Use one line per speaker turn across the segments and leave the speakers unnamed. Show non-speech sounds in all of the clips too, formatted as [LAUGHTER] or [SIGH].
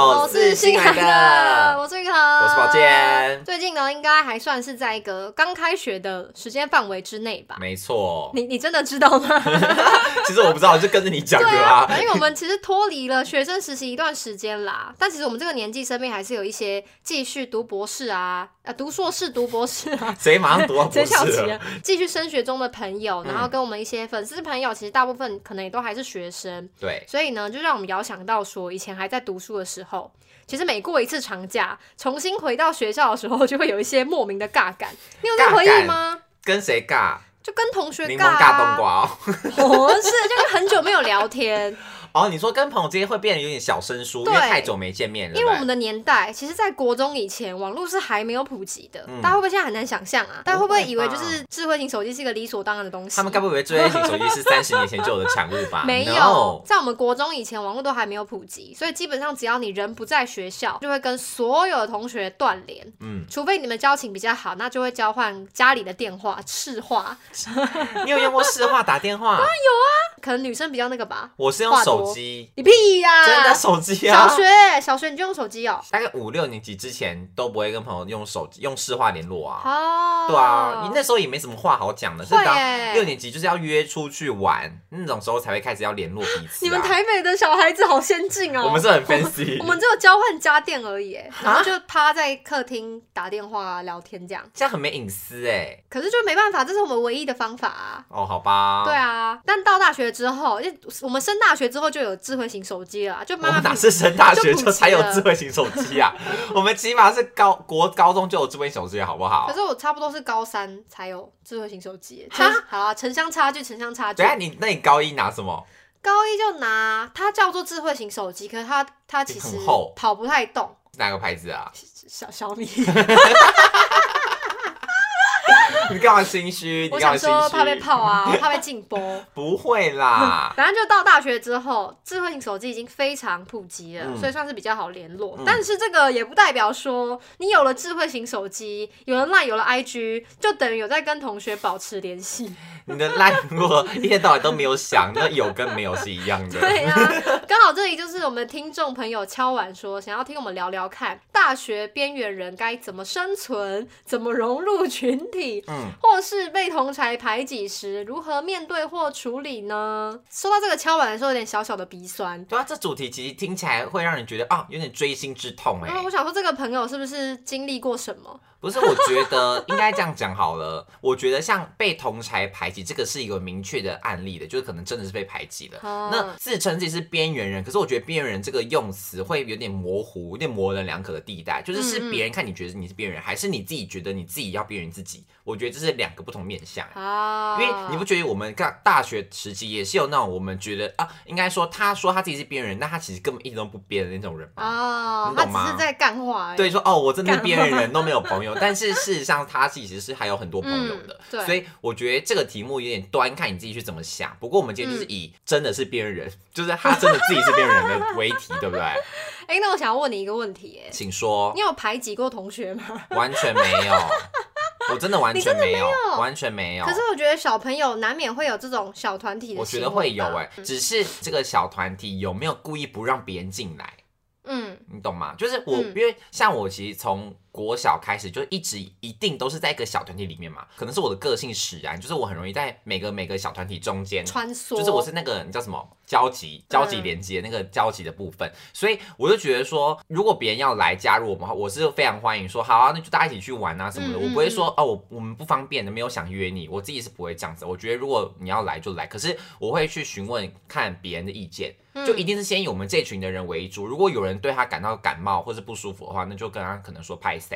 哦
我
的，
是可，
我
我
是宝。健，
最近呢，应该还算是在一个刚开学的时间范围之内吧？
没错。
你你真的知
[LAUGHS]
道吗？
其实我不知道，就跟着你讲的啊。。
因为我们其实脱离了学生实习一段时间啦，但其实我们这个年纪身边还是有一些继续读博士啊、呃读硕士、读博士啊
谁马上读到
真
[LAUGHS] 博士
跳棋
了？，
继续升学中的朋友，然后
嗯
跟我们一些粉丝朋友，其实大部分可能也都还是学生，
对，
所以呢，就让我们遥想到说，以前还在读书的时候，其实每过一次长假，重新回到学校的时候，就会有一些莫名的尬感。你有在
尬
回忆
感
吗？
跟谁尬？
就跟同学
柠
尬、
檬
啊，
尬冬瓜哦。
不是，就是很久没有聊天，
哦，你说跟朋友之间会变得有点小生疏，因
对
为太久没见面了。
因为我们
的
的年代，其实，在国中以前，网络是还没有普及的。
嗯
大家会不会现在很难想象啊？大家会不会以为
不
就
会吧
是智慧型手机是一个理所当然的东西？
他们该不会追型手机是三十年前就有的产物吧？
没有
No
在我们国中以前，网络都还没有普及，所以基本上只要你人不在学校，就会跟所有的同学断联。
嗯，
除非你们交情比较好，那就会交换家里的电话、市话， [LAUGHS]
你有用过市话打电话？
可能女生比较那个吧。
我是用
话多
手机，
你屁呀、
真的手机啊
小。学小学你就用手机哦。
大概五六年级之前都不会跟朋友用手机用市话联络啊。
哦，
对啊，你那时候也没什么话好讲的，是
会
当
欸
六年级就是要约出去玩那种时候才会开始要联络彼此、啊。
你们台北的小孩子好先进哦。
我们是很 fancy，
我们只有交换家电而已欸，然后就趴在客厅打电话、啊、聊天这样。
这样很没隐私哎、
可是就没办法，这是我们唯一的方法啊。
哦，好吧，
对，啊，但到大学之后，就我们升大学之后就有智慧型手机了啊，就
我
妈妈
们哪
比
是升大学
就普及
就才有
了
智慧型手机啊？ [LAUGHS] 我们起码是高国高中就有智慧手机，好不好
可？是我差不多是高三才有智慧型手机欸，城好啊，城乡差距，城乡差距
等一。下你，那你高一拿什么？
高一就拿它叫做智慧型手机，可是它它其实
很厚
跑不太动，
哪个牌子啊？ [LAUGHS]
小小米。
你干嘛心虚？
我
你干
想
嘛
说
心虚？
怕被泡
[LAUGHS]
啊，我怕被禁播。，
不会啦
反正就到大学之后，智慧型手机已经非常普及了，
嗯
所以算是比较好联络。
嗯
但是这个也不代表说，你有了智慧型手机，有了 LINE，有了 IG，就等于有在跟同学保持联系。
你的烂 [LAUGHS] 如果一天到晚都没有想，那有跟没有是一样
[LAUGHS]
的。
对呀、啊刚好这里就是我们听众朋友敲碗说，想要听我们聊聊看，大学边缘人该怎么生存，怎么融入群体，
嗯，
或是被同才排挤时，如何面对或处理呢？说到这个敲碗的时候，有点小小的鼻酸。
对啊，这主题其实听起来会让人觉得啊，有点锥心之痛哎、
然后我想说，这个朋友是不是经历过什么？
不是，我觉得 [LAUGHS] 应该这样讲好了。我觉得像被同才排挤，这个是一个明确的案例的，就是可能真的是被排挤了。
哦
那自称自己是边缘人，可是我觉得边缘人这个用词会有点模糊，有点模棱两可的地带，就是
嗯嗯
是别人看你觉得你是边缘人，还是你自己觉得你自己要边缘自己？我觉得这是两个不同面向。
啊，
因为你不觉得我们大大学时期也是有那种我们觉得啊，应该说他说他自己是边缘人，但他其实根本一直都不边的那种人嘛。
啊，
你
他
懂吗
只是在干话而已。
对，说哦，我真的是边缘人都没有朋友，但是事实上他其实是还有很多朋友的
嗯，对
所以我觉得这个题目有点端看你自己去怎么想。不过我们今
嗯
天就是以真的是边缘人，就是他真的自己是边缘人
[LAUGHS]
的为题，对不对？
哎、那我想要问你一个问题、哎，
请说
你，有排挤过同学吗？
完全没有，我真的完全没有，
有
完全没有
可。是我觉得小朋友难免会有这种小团体的，
我觉得会有哎、
嗯
只是这个小团体有没有故意不让别人进来？
嗯，
你懂吗？就是我，
嗯
因为像我其实从国小开始就一直一定都是在一个小团体里面嘛，可能是我的个性使然，就是我很容易在每个每个小团体中间。
穿梭
就是我是那个你叫什么交集交集连接那个交集的部分，所以我就觉得说，如果别人要来加入我们，我是非常欢迎说好啊，那就大家一起去玩啊什么的，
嗯嗯
我不会说哦我我们不方便的，没有想约你，我自己是不会这样子。我觉得如果你要来就来，可是我会去询问看别人的意见，
嗯
就一定是先以我们这群的人为主。如果有人对他感到感冒或是不舒服的话，那就跟他可能说拍谁。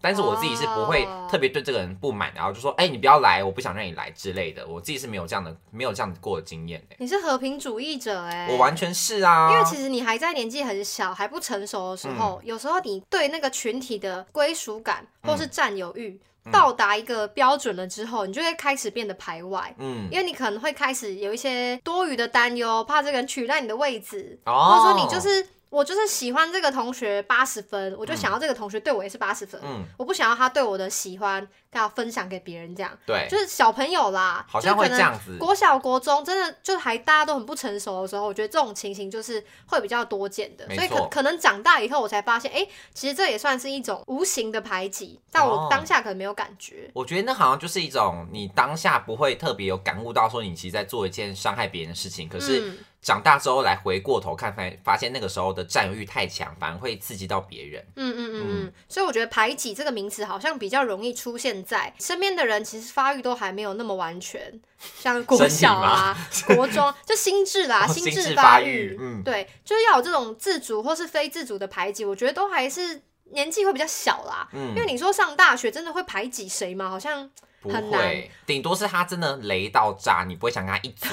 但是我自己是不会
哦
特别对这个人不满，然后就说，哎、你不要来，我不想让你来之类的。我自己是没有这样的，没有这样过的经验的、
你是和平主义者哎、
我完全嗯是啊，
因为其实你还在年纪很小、还不成熟的时候，有时候你对那个群体的归属感
嗯
或是占有欲、到达一个标准了之后，你就会开始变得排外。
嗯，
因为你可能会开始有一些多余的担忧，怕这个人取代你的位置，
哦
或者说你就是我就是喜欢这个同学八十分，我就想要这个同学对我也是八十分，
嗯，
我不想要他对我的喜欢要分享给别人，这样
对，
就是小朋友啦，
好像会
就
这
是可能
样子，
国小、国中真的就还大家都很不成熟的时候，我觉得这种情形就是会比较多见的，
没
所以可
错
可能长大以后我才发现，哎、其实这也算是一种无形的排挤，但我
哦
当下可能没有感觉。
我觉得那好像就是一种你当下不会特别有感悟到，说你其实在做一件伤害别人的事情，可是
嗯
长大之后来回过头看，发发现那个时候的占有欲太强，反而会刺激到别人。
嗯嗯嗯嗯，所以我觉得“排挤”这个名词好像比较容易出现在身边的人，其实发育都还没有那么完全，像国
[LAUGHS] 身体
小啊、国中，就心智啦、
[LAUGHS] 哦
啊心
心
智
智
发
发育嗯
对，就是要有这种自主或是非自主的排挤，我觉得都还是年纪会比较小啦。因为
嗯，
你说上大学真的会排挤谁吗？好像
不
很难
会，顶多是他真的雷到炸，你不会想跟他一
[LAUGHS]
组，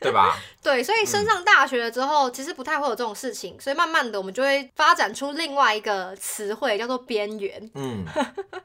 对吧？
对，所以升上大学了之后，其实不太会有这种事情，所以慢慢的我们就会发展出另外一个词汇，叫做边缘。
嗯，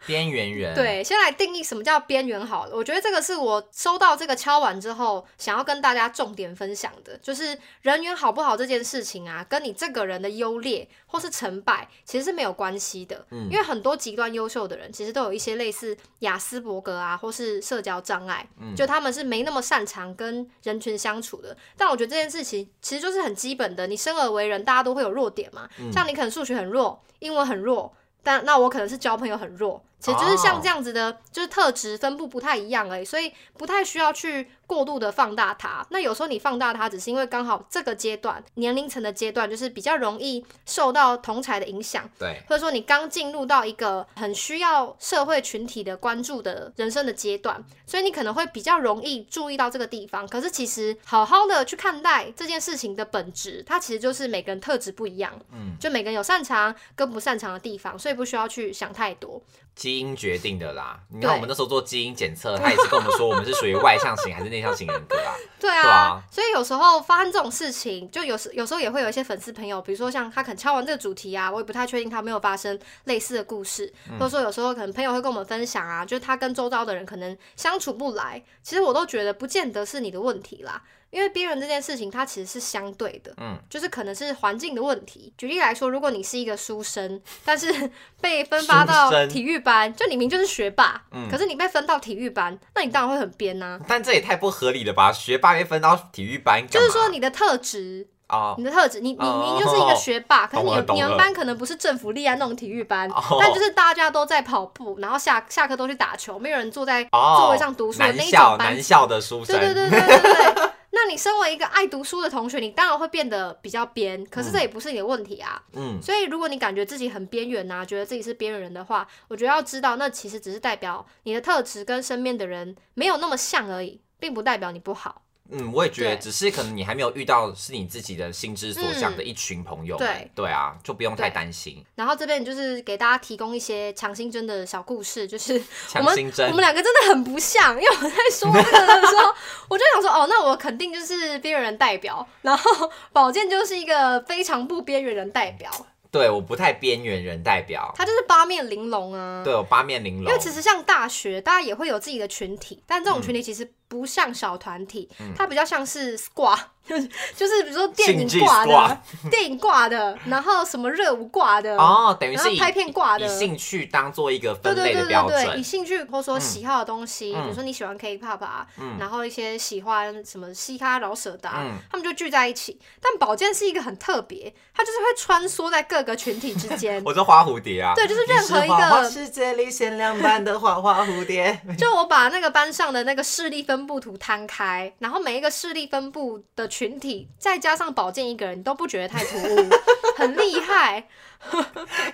边缘人，，
对，先来定义什么叫边缘好了。我觉得这个是我收到这个敲完之后，想要跟大家重点分享的，就是人缘好不好这件事情啊，跟你这个人的优劣或是成败其实是没有关系的。
嗯
因为很多极端优秀的人，其实都有一些类似雅斯伯格啊，或是社交障碍，
嗯
就他们是没那么擅长跟人群相处的。但我觉得这件事情其实就是很基本的，你生而为人，大家都会有弱点嘛。
嗯
像你可能数学很弱，英文很弱，但那我可能是交朋友很弱，其实就是像
哦
这样子的，就是特质分布不太一样而已，所以不太需要去过度的放大它。那有时候你放大它，只是因为刚好这个阶段年龄层的阶段，就是比较容易受到同才的影响，
对，
或者说你刚进入到一个很需要社会群体的关注的人生的阶段，所以你可能会比较容易注意到这个地方。可是其实好好的去看待这件事情的本质，它其实就是每个人特质不一样，
嗯，
就每个人有擅长跟不擅长的地方，所以不需要去想太多。
基因决定的啦。你
对
看我们那时候做基因检测，他也是跟我们说我们是属于外向型还 [LAUGHS] 是内向型人格啊。
对啊，
对啊
所以有时候发生这种事情，就有时有时候也会有一些粉丝朋友，比如说像他可能敲完这个主题啊，我也不太确定他有没有发生类似的故事，
嗯
或者说有时候可能朋友会跟我们分享啊，就是他跟周遭的人可能相处不来，其实我都觉得不见得是你的问题啦。因为边缘这件事情，它其实是相对的，
嗯，
就是可能是环境的问题。举例来说，如果你是一个书生，但是 [LAUGHS] 被分发到
书生嗯
体育班，就你明明就是学霸，可是你被分到体育班，那你当然会很啊边呐、
但这也太不合理了吧？学霸被分到体育班干嘛，
就是说你的特质，
哦
你的特质，你你
哦
你就是一个学霸，可是你
懂了
们
懂
你
了
们班可能不是政府立案那种体育班，
哦
但就是大家都在跑步，然后下下课都去打球，没有人坐在
哦，
座位上读书的
男
那一
校
种班
男。校的书生，
对对对对对对对。 [LAUGHS] 那你身为一个爱读书的同学，你当然会变得比较边，可是这也不是你的问题啊。
嗯，
所以如果你感觉自己很边缘呐，觉得自己是边缘人的话，我觉得要知道，那其实只是代表你的特质跟身边的人没有那么像而已，并不代表你不好。
嗯，我也觉得，
对
只是可能你还没有遇到是你自己的心之所向的一群朋友们，
嗯对
对啊，就不用太
对
担心。
然后这边就是给大家提供一些强心针的小故事，
[LAUGHS]
就是我
强
们
心针
我们两个真的很不像，因为我在说这个的时候，我就想说，哦，那我肯定就是边缘人代表，然后宝剑就是一个非常不边缘人代表，
对，我不太边缘人代表，
他就是八面玲珑啊。
对我八面玲
因
珑
为，其实像大学，大家也会有自己的群体，但这种群体其实不像小团体，
嗯
它比较像是 squad，就是 [LAUGHS] 就是比如说电影
竞技
挂的
squad、
电影挂的，然后什么热舞挂的，
哦，等于
然
是
后
以
拍片挂的，
以兴趣当做一个
对
分
对
类
对
的标
对
准，
对，以兴趣或者说喜好的东西，
嗯
比如说你喜欢 K-pop 啊，
嗯
然后一些喜欢什么嘻哈饶舌的、啊，
嗯。
他们就聚在一起。但宝剑是一个很特别，它就是会穿梭在各个群体之间
[LAUGHS] 我是花蝴蝶啊，
对就是任何一个
你是花花世界里限量版的花花蝴蝶， [LAUGHS]
就我把那个班上的那个势力分布图摊开，然后每一个势力分布的群体，再加上宝剑一个人，你都不觉得太突
[LAUGHS]
兀，很厉害。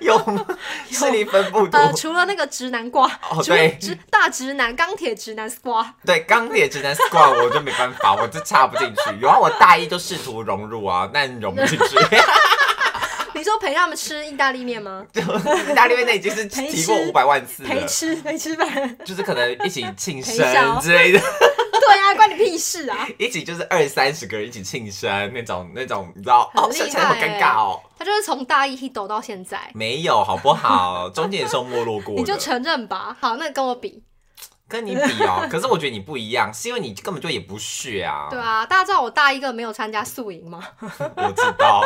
有
[LAUGHS]
吗？势力分布图，
呃，除了那个直男瓜，
哦
除了
对
[LAUGHS] 直大直男、钢铁直男 squad，
对钢铁直男 squad 我就没办法，我就插不进去。然后我大一就试图融入啊，但融不进去。
[LAUGHS] 你说陪他们吃意大利面
[LAUGHS]
吗？
意大利面那已经是
陪
提
吃
过五百万次
陪
了，
吃陪吃饭，
就是可能一起庆
陪笑
生之类
[LAUGHS]
的，
对啊，关你屁事啊！
一起就是二三十个人一起庆生那种那种，你知道
很
哦，
厉
想起来好
害欸
尴尬哦。
他就是从大一一抖到现在，
[LAUGHS] 没有好不好？中间也是有没落过的，
你就承认吧。好，那跟我比，
跟你比哦，可是我觉得你不一样，是因为你根本就也不是啊。
对啊，大家知道我大一个没有参加宿营吗？
我知道，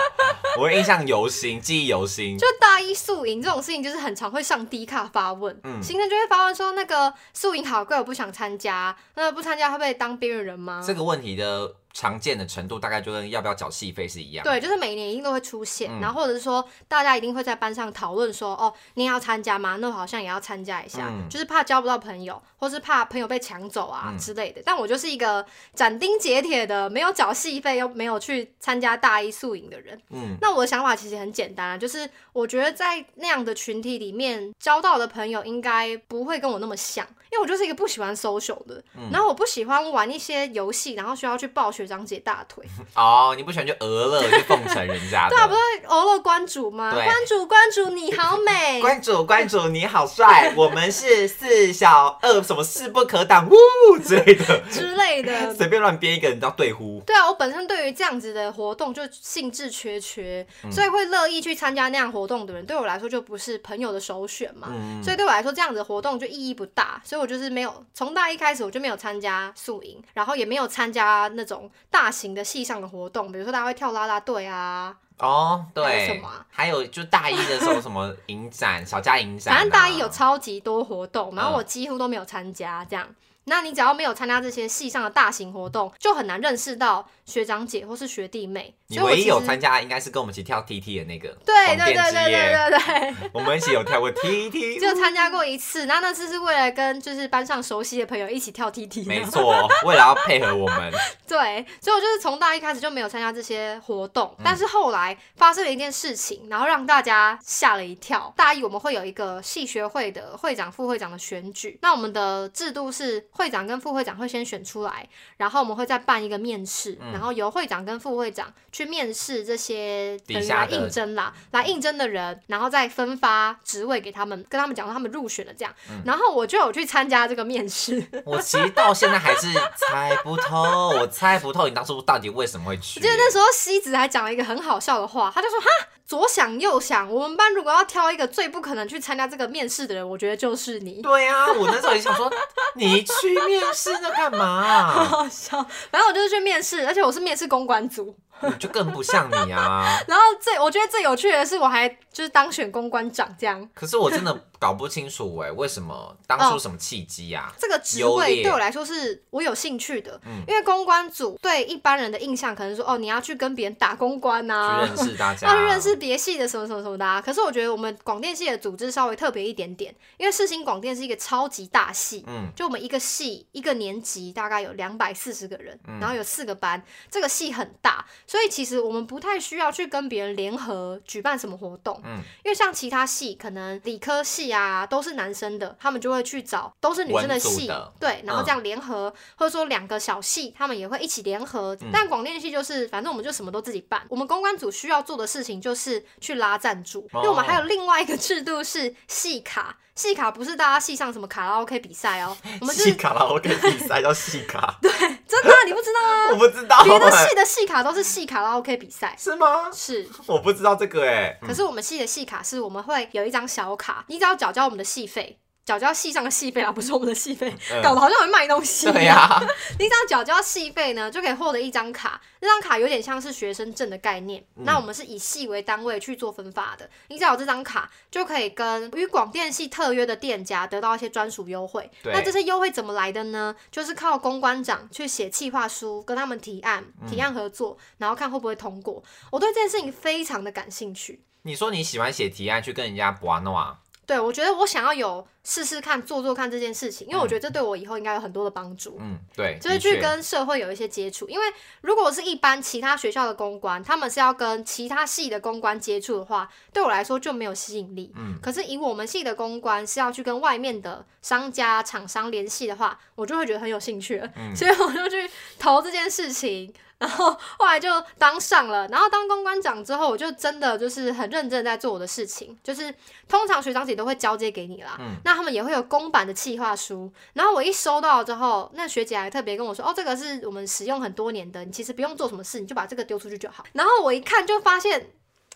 我印象犹新，记忆犹新
就。大一宿营这种事情，就是很常会上低卡发问，
嗯
行政就会发问说那个宿营好贵，我不想参加，那不参加会被当边缘人吗？
这个问题的常见的程度大概就跟要不要缴戏费是一样。，
对，就是每年一定都会出现，
嗯
然后或者是说大家一定会在班上讨论说，哦，你也要参加吗？那我好像也要参加一下，
嗯
就是怕交不到朋友，或是怕朋友被抢走啊、
嗯
之类的。但我就是一个斩钉截铁的，没有缴戏费又没有去参加大一宿营的人。
嗯，
那我的想法其实很简单啊，就是我觉得在那样的群体里面交到的朋友应该不会跟我那么像，因为我就是一个不喜欢 social 的，
嗯
然后我不喜欢玩一些游戏，然后需要去抱学长姐大腿。
哦，你不喜欢就讹了，去奉承人家
[LAUGHS]
的。
对啊，不是偶尔关主吗？
对
关主关主你好美，
关主，关主，你好帅！我们是四小二，什么势不可挡，呜之类的，
之类的。
随便乱编一个人叫对呼。
对啊，我本身对于这样子的活动就兴致缺缺，
嗯
所以会乐意去参加那样活动的人，对我来说就不是朋友的首选嘛。
嗯，
所以对我来说，这样子的活动就意义不大，所以我就是没有从大一开始我就没有参加宿营，然后也没有参加那种大型的系上的活动，比如说大家会跳啦啦队啊，
哦，
还有什
对
么啊，
还有就大一的时候什么影展、小家影展啊，
反正大一有超级多活动，然后
嗯
我几乎都没有参加这样。那你只要没有参加这些系上的大型活动，就很难认识到学长姐或是学弟妹。
你
所以我
唯一有
其实
参加，应该是跟我们一起跳 TT 的
[LAUGHS]
那个
对
广
对
电
对
之夜，
对对对
我们一起有跳过 TT，
对，就参加过一次。那那次是为了跟就是班上熟悉的朋友一起跳 T T，
没错，为了要配合我们，
对，所以我就是从大一开始就没有参加这些活动，但是后来发生了一件事情，然后让大家吓了一跳。大一我们会有一个系学会的会长、副会长的选举，那我们的制度是会长跟副会长会先选出来，然后我们会再办一个面试，然后由会长跟副会长去面试这些
底
等于
下
来
的
应征啦，来应征的人，然后再分发职位给他们，跟他们讲说他们入选了这样。然后我就有去参加这个面试。
我其实到现在还是猜不透，我猜不透你当初到底为什么会去
我记。得那时候西子还讲了一个很好笑的话，他就说：“哈，左想右想，我们班如果要挑一个最不可能去参加这个面试的人，我觉得就是你。”
对啊，我那时候也想说，你去面试那干
好
嘛？
好笑，反正我就是去面试，而且我是面试公关组。
我就更不像你啊！
然后最我觉得最有趣的是，我还就是当选公关长这样。
可是我真的搞不清楚哎、为什么当
哦
初什么契机啊？
这个职
优
位
劣
对我来说是我有兴趣的，
嗯
因为公关组对一般人的印象可能说哦，你要去跟别人打公关啊，
去认识大家，
要去认识别系的什么什么什么的、啊。可是我觉得我们广电系的组织稍微特别一点点，因为世新广电是一个超级大系。
嗯，
就我们一个系一个年级大概有两百四十个人，
嗯
然后有四个班，这个系很大，所以其实我们不太需要去跟别人联合举办什么活动，
嗯
因为像其他系可能理科系啊都是男生的，他们就会去找都是女生
文组
系，
的
对，然后这样联合，或者说两个小系他们也会一起联合，但广电系就是反正我们就什么都自己办，我们公关组需要做的事情就是去拉赞助，因为我们还有另外一个制度是系卡。戏卡不是大家系上什么卡拉 OK 比赛哦，我们就是
戏卡拉 OK 比赛叫戏
[LAUGHS]
卡，
真的啊、你不知道吗？
[LAUGHS] 我不知道、
别的
欸，
系的系卡都是系卡拉 OK 比赛，
是吗？
是。
我不知道这个哎、
可是我们系的系卡是我们会有一张小卡，你只要缴交我们的系费，缴交系上的系费啊啦，不是我们的系费，
嗯
搞得好像很卖东西。
对呀、
[LAUGHS] 你只要缴交系费呢，就可以获得一张卡。那张卡有点像是学生证的概念。
嗯
那我们是以系为单位去做分发的。你只要有这张卡，就可以跟与广电系特约的店家得到一些专属优惠。
对
那这些优惠怎么来的呢？就是靠公关长去写企划书，跟他们提案、
嗯
提案合作，然后看会不会通过。我对这件事情非常的感兴趣。
你说你喜欢写提案去跟人家玩弄啊？
对，我觉得我想要有试试看、做做看这件事情，因为我觉得这对我以后应该有很多的帮助。
嗯，对，
就是
的确
去跟社会有一些接触，因为如果是一般其他学校的公关，他们是要跟其他系的公关接触的话，对我来说就没有吸引力。
嗯，
可是以我们系的公关是要去跟外面的商家、厂商联系的话，我就会觉得很有兴趣了，
嗯
所以我就去投这件事情。然后后来就当上了，然后当公关长之后，我就真的就是很认真地在做我的事情，就是通常学长姐都会交接给你
嗯
啦，那他们也会有公版的企划书，然后我一收到之后，那学姐还特别跟我说，哦，这个是我们使用很多年的，你其实不用做什么事，你就把这个丢出去就好。然后我一看就发现，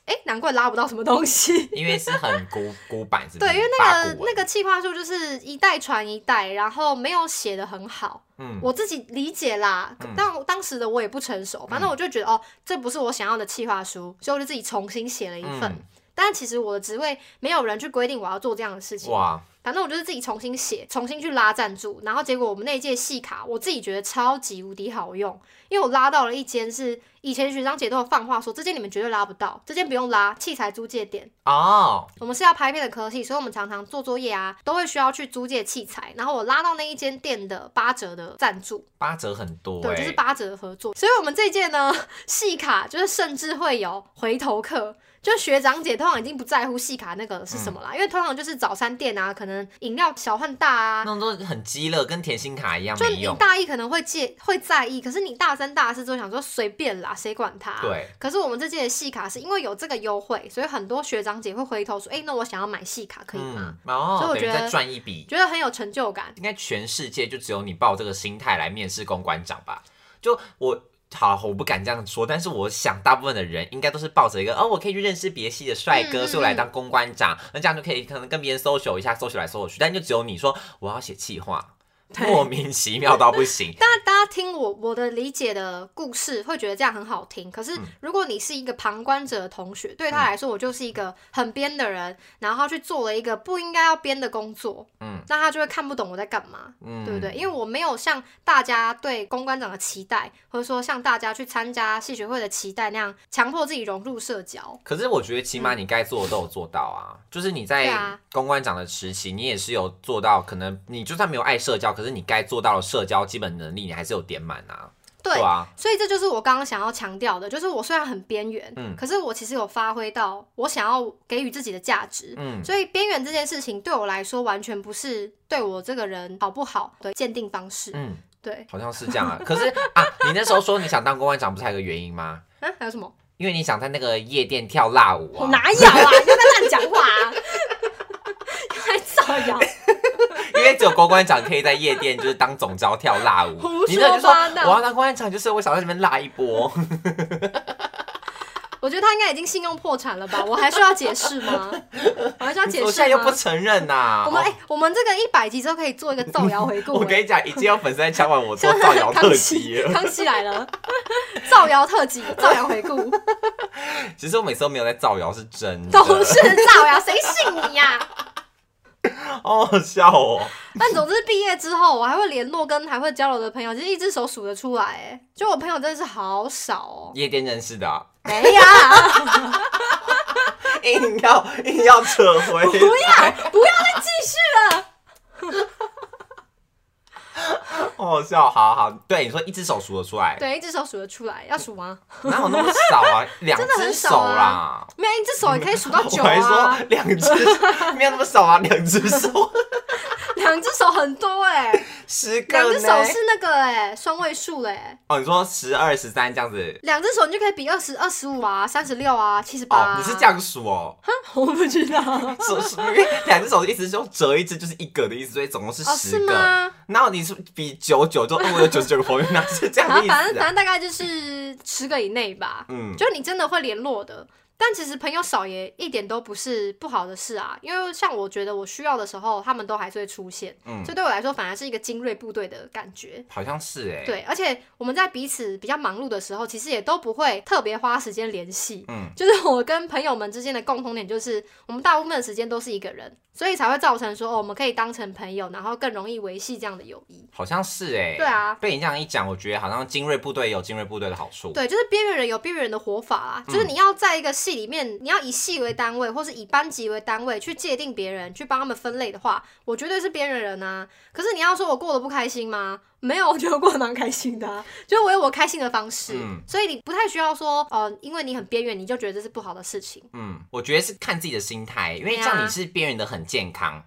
哎、哎、难怪拉不到什么东西。
因为是很古古板，是不
[LAUGHS]
是
对，因为那
八股啊
个
文
那个企划书就是一代传一代，然后没有写的很好，
嗯，
我自己理解啦，
嗯
但我当时的我也不成熟，反正我就觉得、哦，这不是我想要的企划书，所以我就自己重新写了一份。
嗯
但其实我的职位没有人去规定我要做这样的事情，
哇，
反正我就是自己重新写，重新去拉赞助，然后结果我们那一届戏卡，我自己觉得超级无敌好用，因为我拉到了一间是以前学长姐都有放话说，这间你们绝对拉不到，这间不用拉，器材租借点。
哦，
我们是要拍片的科系，所以我们常常做作业啊，都会需要去租借器材。然后我拉到那一间店的八折的赞助，
八折很多、欸，
对，就是八折的合作。所以我们这届呢， [LAUGHS] 戏卡就是甚至会有回头客。就学长姐通常已经不在乎戏卡那个是什么啦，
嗯
因为通常就是早餐店啊，可能饮料小换大啊
那，种都很鸡肋，跟甜心卡一样
就
哦没
你
用。
大一可能会介会在意，可是你大三大四就想说随便啦，谁管他、
对，
可是我们这届的戏卡是因为有这个优惠，所以很多学长姐会回头说，哎、那我想要买戏卡，可以吗？
嗯，哦，
所以我
等于
觉得
再赚一笔，
觉得很有成就感。
应该全世界就只有你抱这个心态来面试公关长吧？就我。好，我不敢这样说，但是我想，大部分的人应该都是抱着一个，哦，我可以去认识别系的帅
嗯
哥，
嗯
所以我来当公关长，那这样就可以可能跟别人 social 一下，social 来 social 去，但就只有你说我要写企划，
对。
莫名其妙到不行
[LAUGHS] 大家大家听我我的理解的故事，会觉得这样很好听。可
嗯
是如果你是一个旁观者的同学，对他来说，我就是一个很编的人，然后去做了一个不应该要编的工作，
嗯，
那他就会看不懂我在干嘛，
嗯，
对不对？因为我没有像大家对公关长的期待，或者说像大家去参加戏学会的期待那样，强迫自己融入社交。
可是我觉得起码你该做的都有做到啊，就是你
嗯对
在
啊
公关长的时期，你也是有做到，可能你就算没有爱社交，可是你该做到的社交基本能力，你还是有点满啊。
对
啊，
所以这就是我刚刚想要强调的，就是我虽然很边缘，
嗯
可是我其实有发挥到我想要给予自己的价值，
嗯，
所以边缘这件事情对我来说完全不是对我这个人好不好的鉴定方式，
嗯，
对，
好像是这样啊。 [LAUGHS] 可是啊，你那时候说你想当公关长，不是还有个原因吗？
嗯、还有什么？
因为你想在那个夜店跳辣舞
我 [LAUGHS]
啊，
哪有啊？你又在乱讲话、
[LAUGHS]
啊，还造谣，
因为只有公关长可以在夜店就是当总招跳辣舞
胡。
你那
说
就说
八道
我要当公关长，就是我想在那边辣一波。
我觉得他应该已经信用破产了吧？我还需要解释吗？
[LAUGHS]
我还需要解释吗？
我现在又不承认呐、
我们哎、我们这个一百集之后可以做一个造谣回顾、
我 [LAUGHS] 我
哎
跟你讲，已经有粉丝在敲完我做
[LAUGHS]
造谣特
康
辑
熙
了。
康熙来了， [LAUGHS] 造谣特辑，造谣回顾，
其实我每次都没有在造谣，是真的，
都是造谣，谁信你呀、
好好笑哦。 [LAUGHS]
但总之毕业之后，我还会联络跟还会交流的朋友，其实一只手数得出来，哎，就我朋友真的是好少哦、
[LAUGHS] 夜店认识的、啊，
没呀，
硬要硬要扯
[LAUGHS]
回，
不要不要再继续了，
好好笑，好好，对你说一只手数得出来，
[LAUGHS] 对，一只手数得出来，要数吗？ [LAUGHS]
哪有那么少啊？两
真的
只
很
手
少
啦
啊。没有，一只手也可以数到九
[LAUGHS] 我还
啊，
说两只， [LAUGHS] 没有那么少啊，两只手，
两只手很多
[LAUGHS]
哎、
十个
两
呢
只手是那个哎、双位数嘞、哎
哦，你说十二、十三这样子，
两只手你就可以比二十二十五啊，三十六啊，七十八、
哦，你是这？样数哦， [LAUGHS]
我不知道。
手是因为两只手一直就折一只就是一个的意思，所以总共是
[LAUGHS] 哦，
十
是
个。
吗？
然后你是比九九就哦我有九十九个朋友，那是这样
然
的
后
意思、
[LAUGHS]
啊。
反正反正大概就是十个以内吧，
嗯，
就你真的会联络的。但其实朋友少也一点都不是不好的事啊，因为像我觉得我需要的时候，他们都还是会出现，
嗯
这对我来说反而是一个精锐部队的感觉。
好像是哎、，
对，而且我们在彼此比较忙碌的时候，其实也都不会特别花时间联系。
嗯，
就是我跟朋友们之间的共同点就是，我们大部分的时间都是一个人，所以才会造成说，哦，我们可以当成朋友，然后更容易维系这样的友谊。
好像是哎、
对啊
被你这样一讲，我觉得好像精锐部队有精锐部队的好处。
对，就是边缘人有边缘人的活法啦，
嗯
就是你要在一个系里面，你要以系为单位，或是以班级为单位去界定别人，去帮他们分类的话，我绝对是边缘人啊。可是你要说我过得不开心吗？没有，我觉得我过得蛮开心的、啊，就是我有我开心的方式，
嗯
所以你不太需要说，呃，因为你很边缘，你就觉得这是不好的事情。
嗯，我觉得是看自己的心态，因为
对啊
像你是边缘的很健康，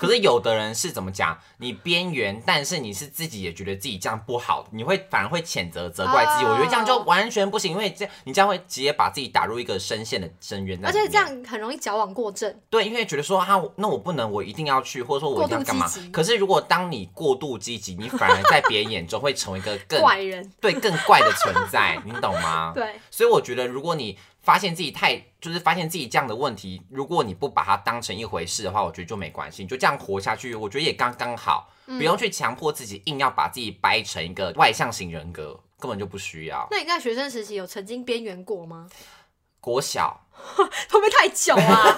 可是有的人是怎么讲？你边缘，但是你是自己也觉得自己这样不好，你会反而会谴责责怪自己。
哦
我觉得这样就完全不行，因为这你这样会直接把自己打入一个深陷的深渊在
而
里面。
且这样很容易矫枉过正，
对，因为觉得说啊，我那我不能，我一定要去，或者说我一定要干嘛
过度积极。
可是如果当你过度积极，你反而在别人眼中会成为一个
[LAUGHS]
更
怪人。
对更怪的存在，你懂
[LAUGHS]
吗？
对，
所以我觉得，如果你发现自己太就是发现自己这样的问题，如果你不把它当成一回事的话，我觉得就没关系，你就这样活下去，我觉得也刚刚好，
嗯
不用去强迫自己硬要把自己掰成一个外向型人格，根本就不需要。
那你在学生时期有曾经边缘过吗？
国小
会不会太久
[LAUGHS]
啊？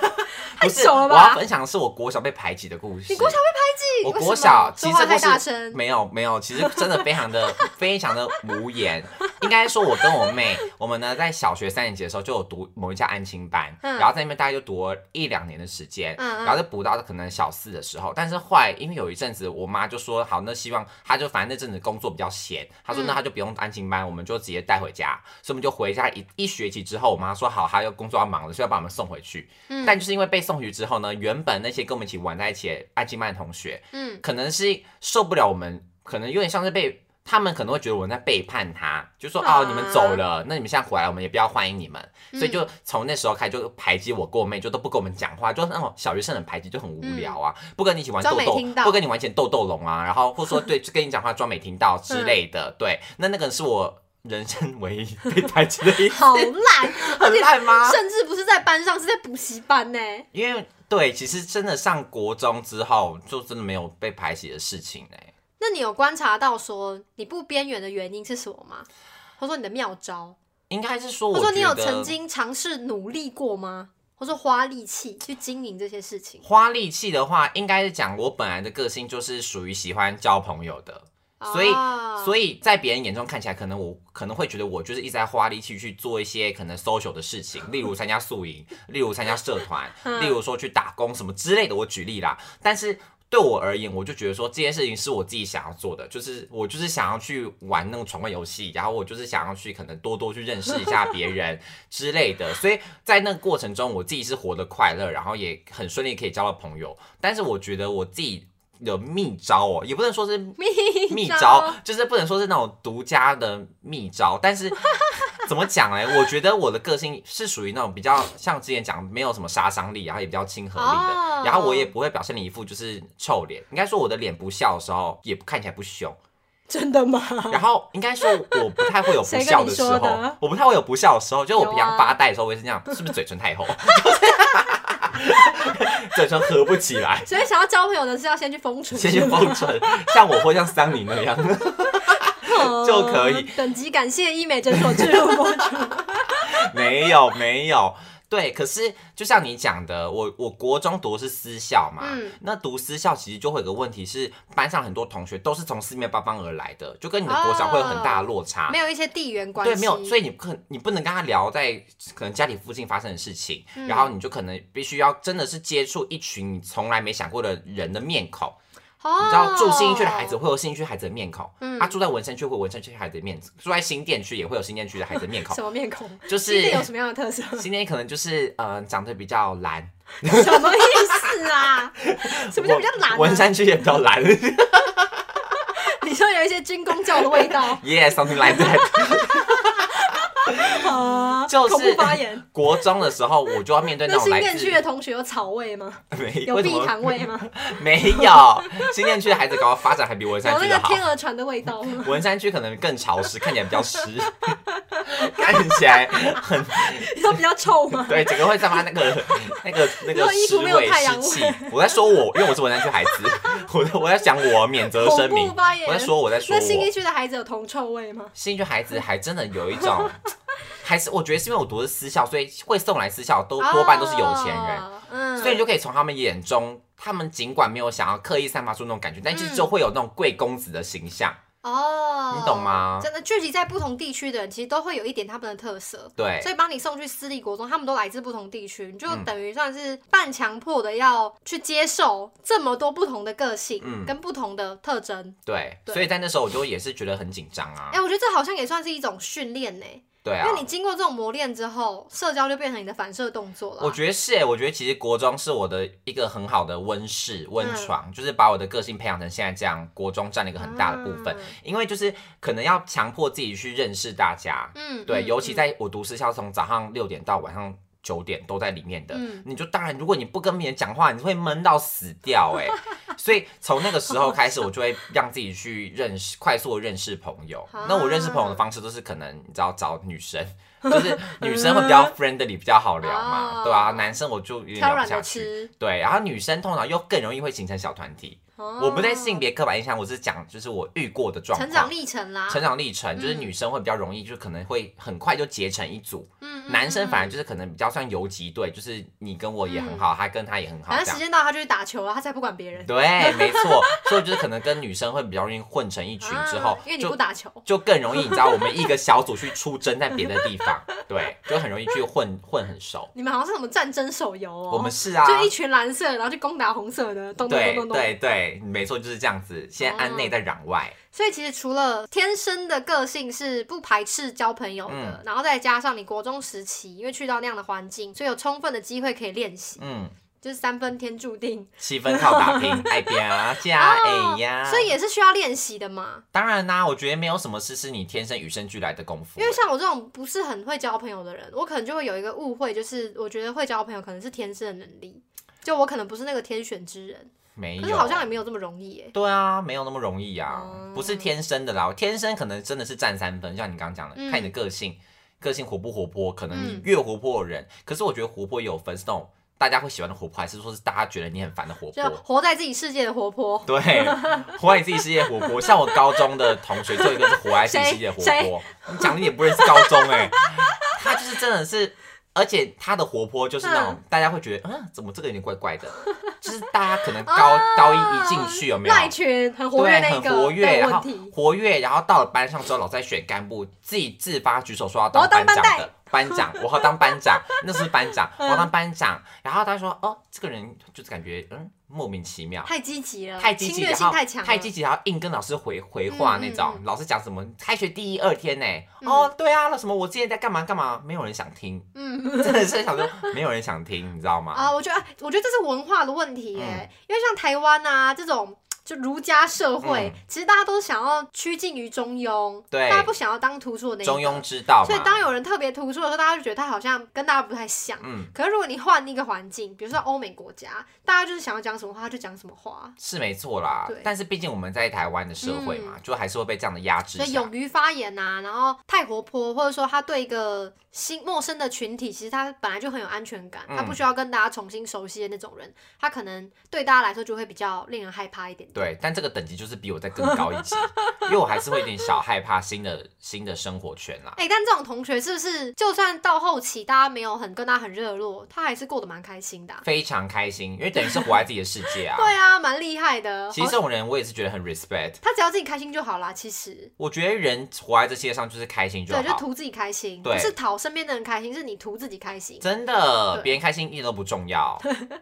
太
不是，
久了
我要
吧？
分享的是我国小被排挤的故事。
你国小被排挤？ [LAUGHS]
我
为什
国
么
小其
说
实
话
这
太大
故
声
事，没有没有，其实真的非常的 [LAUGHS] 非常的无言。应该说，我跟我妹，我们呢在小学三年级的时候就有读某一家安亲班，
嗯
然后在那边大概就读了一两年的时间，
嗯嗯
然后就补到可能小四的时候。但是后来因为有一阵子，我妈就说好，那希望她就反正那阵子工作比较闲，她说
嗯
那她就不用安亲班，我们就直接带回家。所以我们就回家一一学期之后，我妈说好，她要工作要忙了，所以要把我们送回去。
嗯
但就是因为被送回去之后呢，原本那些跟我们一起玩在一起的安亲班的同学，
嗯
可能是受不了我们，可能有点像是被他们可能会觉得我们在背叛他，就说
啊
哦你们走了，那你们现在回来，我们也不要欢迎你们，
嗯
所以就从那时候开始就排挤我跟我妹，就都不跟我们讲话，就那种小学生的排挤就很无聊啊，不跟你一起玩
嗯装
豆
没
豆
听到，
不跟你玩起豆豆龙啊，然后或者说对就跟你讲话装没听到之类的，
[LAUGHS]
对，那那个是我人生唯一被排挤的
[LAUGHS]
一次，
好烂，而
很
且 [LAUGHS]
烂吗？
甚至不是在班上，是在补习班呢。
因为对，其实真的上国中之后，就真的没有被排挤的事情哎、
那你有观察到说你不边缘的原因是什么吗？或者说你的妙招，
应该是说
或
我
者说你有
觉得
曾经尝试努力过吗？或者说花力气去经营这些事情？
花力气的话，应该是讲我本来的个性就是属于喜欢交朋友的，所以
啊 [LAUGHS]
所以在别人眼中看起来，可能我可能会觉得我就是一直在花力气去做一些可能 social 的事情，例如参加宿营，例如参加社团，
嗯
例如说去打工什么之类的。我举例啦，但是。对我而言，我就觉得说这件事情是我自己想要做的，就是我就是想要去玩那种闯关游戏，然后我就是想要去可能多多去认识一下别人之类的，所以在那个过程中，我自己是活得快乐，然后也很顺利可以交到朋友。但是我觉得我自己的秘招哦，也不能说是
秘
秘
招
招，就是不能说是那种独家的秘招，
[LAUGHS]
但是怎么讲呢？我觉得我的个性是属于那种比较像之前讲没有什么杀伤力，然后也比较亲和力的，
哦
然后我也不会表现的一副就是臭脸，应该说我的脸不笑的时候也不看起来
[LAUGHS]
不凶，
真的吗？
然后应该说我不太会有
嗯
不
谁跟
笑
你
的时
说
候
的，
我不太会有不笑的时候，就我
有
平常
啊
发呆的时候，我也是这样，是不是嘴唇太厚， [LAUGHS] 嘴唇合不起
[LAUGHS]
来。
所以想要交朋友的是要先去封存，
谢谢封唇，像我或像桑尼那样。就可以。
哦等级感谢医美诊所治入播
[LAUGHS]
出。
没有没有，对，可是就像你讲的，我我国中读的是私校嘛，
嗯
那读私校其实就会有个问题是，班上很多同学都是从四面八方而来的，就跟你的国小会有很大的落差。
哦没有一些地缘关系，
对，没有，所
以
以你不可你不能跟他聊在可能家里附近发生的事情，
嗯
然后你就可能必须要真的是接触一群你从来没想过的人的面孔，
哦
你知道住新一区的孩子会有新一区孩子的面孔，
嗯
啊住在文山区会有文山区孩子的面孔，住在新店区也会有新店区的孩子的面孔，
什么面孔？
就
今
是
嗯天有什么样的特色？
今天可能就是呃长得比较蓝，
[LAUGHS] 什么意思
[LAUGHS]
啊？什么叫比较懒、啊？
文
[LAUGHS]
山区也比较蓝 [LAUGHS]
你说有一些军工教的味 [LAUGHS] 道
，Yeah，something like that。
啊，
就是
恐怖发言。
国中的时候，我就要面 [LAUGHS] 对那
那
种
新
来
店区
自
的同学有草味吗？
[LAUGHS] 没
有
为什
碧
么
潭味吗？
没有新店区的孩子，搞到发展还比文山
[LAUGHS] 有
区
那
的
个
好。
天鹅船的味道吗？ [LAUGHS]
文山区可能更潮湿，看起来比较湿， [LAUGHS] 看起来很
你说比较臭吗？
对，整个会散发那个那个
[LAUGHS]
那
如
个
果衣
湿
服没有
味
太阳
湿
味
气。我在说我，因为我是文山区孩子，我在我在讲我免责
恐
声明
怖，发言。
我在说我在说
那
我。
新一区的孩子有铜臭味吗？
兴趣
[LAUGHS]
孩子还真的有一种，还是我觉得是因为我读的私校，所以会送来私校都多半都是有钱人，
哦嗯，
所以你就可以从他们眼中，他们尽管没有想要刻意散发出那种感觉，但是
嗯
就会有那种贵公子的形象。
哦，
你懂吗
真的，聚集在不同地区的人，其实都会有一点他们的特色。
对
所以把你送去私立国中，他们都来自不同地区，你就
哎嗯
等于算是半强迫的要去接受这么多不同的个性、
嗯
跟不同的特征。
对，
对
所以在那时候我就也是觉得很紧张啊
哎、。我觉得这好像也算是一种训练呢，
对
因
啊，
为你经过这种磨练之后，社交就变成你的反射动作了啊。
我觉得是哎、我觉得其实国中是我的一个很好的温室温
嗯
床，就是把我的个性培养成现在这样，国中占了一个很大的部分，
啊
因为就是可能要强迫自己去认识大家，
嗯，
对，
嗯
尤
嗯
其在我读私校，从早上六点到晚上九点都在里面的，
嗯 [LAUGHS]
你就当然，如果你不跟别人讲话，你会闷到死掉哎、所以从那个时候开始，我就会让自己去认识，快速地认识朋友
啊。
那我认识朋友的方式都是可能你知道找女生，就是女生会比较 friendly，比较好
嗯
聊
哦
嘛，对啊，男生我就有点
挑
聊
软
不
的
下去。
吃。
对，然后女生通常又更容易会形成小团体。
我
我不在性别刻板印象，我是讲就是我遇过的状况。
哦成长历程啦，
成长历程，就是
嗯
女生会比较容易，就可能会很快就结成一组，
嗯
男生反而
正
就是可能比较算游击队，就是你跟我也
嗯
很好，他跟他也很好，
反
这
正时
样。
间到他就去打球啊，他才不管别人。
对，没错， [LAUGHS] 所以就是可能跟女生会比较容易混成一群之后
啊， [LAUGHS] 因为你不
就
打球，
就更容易，你知道，我们一个小组去出征在别的
[LAUGHS]
地方，对，就很容易去混混很熟。
你们好像是什么战争手游哦，
我们是啊，
就一群蓝色，然后去攻打红色的，咚咚咚
对
咚咚。
对对，没错，就是这样子。现在
哦
安内在攘外，
所以其实除了天生的个性是不排斥交朋友
嗯
的，然后再加上你国中时期，因为去到那样的环境，所以有充分的机会可以练习，
嗯，
就是三分天注定，
七分靠打拼，爱表加哎呀，
哦所以也是需要练习的嘛。
当然啦、我觉得没有什么事是你天生与生俱来的功夫
因。为像我这种不是很会交朋友的人，我可能就会有一个误会，就是我觉得会交朋友可能是天生的能力，就我可能不是那个天选之人，
没
可是
有，
好像也没有这么容易耶。
对啊，没有那么容易啊，
哦
不是天生的啦，天生可能真的是占三分，像你刚刚讲的，
嗯
看你的个性，个性活不活泼，可能
嗯
你越活泼的人，可是我觉得活泼也有分，是那种大家会喜欢的活泼，还是说是大家觉得你很烦的活
就
泼？
活在自己世界的活泼，
对，活在你自己世界活泼。像我高中的同学，就有一个是活在自己世界活
谁
泼。你讲的也不认识高中哎、他就是真的是，而且他的活泼就是那种、大家会觉得，嗯，怎么这个有点怪怪的？就是大家可能高、高一一进去有没有？
啊赖群很活跃
对，
那一
很
个
活跃，
的
然
问
后
题，
活跃，然后到了班上之后，老师在选干部，自己自发举手说要
我要当
班
班
长
代
的。班长，我要当班长，那是班
[LAUGHS]
长，我
嗯
要当班长。然后他说：“哦，这个人就是感觉嗯莫名其妙，
太积极了，
太积极，
呃侵略
然
性
后
太强了，
太积极，然后硬跟老师回回话那种。
嗯
老师讲什么，开学第一二天呢、哦，对啊，那什么我之前在干嘛干嘛，没有人想听，
嗯。
[LAUGHS] 真的是想说没有人想听，你知道吗？
啊，我觉得，我觉得这是文化的问题耶，
嗯
因为像台湾啊这种就儒家社会，其实大家都想要趋近于中庸，
嗯对
大家不想要当突出的那一个
中庸之道嘛，
所以当有人特别突出的时候，大家就觉得他好像跟大家不太像。
嗯
可是如果你换一个环境，比如说欧美国家，大家就是想要讲什么话他就讲什么话，
是没错啦
对，嗯
但是毕竟我们在台湾的社会嘛，就还是会被这样的压制
所以
下。
勇于发言啊，然后太活泼，或者说他对一个新陌生的群体，其实他本来就很有安全感，
嗯
他不需要跟大家重新熟悉的那种人，他可能对大家来说就会比较令人害怕一点点。
对，啊但这个等级就是比我再更高一级，因为我还是会有点小害怕新的新的生活圈啦。
哎、但这种同学是不是就算到后期大家没有很跟他很热络，他还是过得蛮开心的啊、
非常开心，因为等于是活在自己的世界啊。
[LAUGHS] 对啊，蛮厉害的。
其实
好
这种人我也是觉得很 respect。
他只要自己开心就好啦，其实。
我觉得人活在这世界上就是开心就
对，就
好，
图自己开心，
对
不是讨身边的人开心，是你图自己开心。
真的
对，
别人开心一点都不重要， [LAUGHS]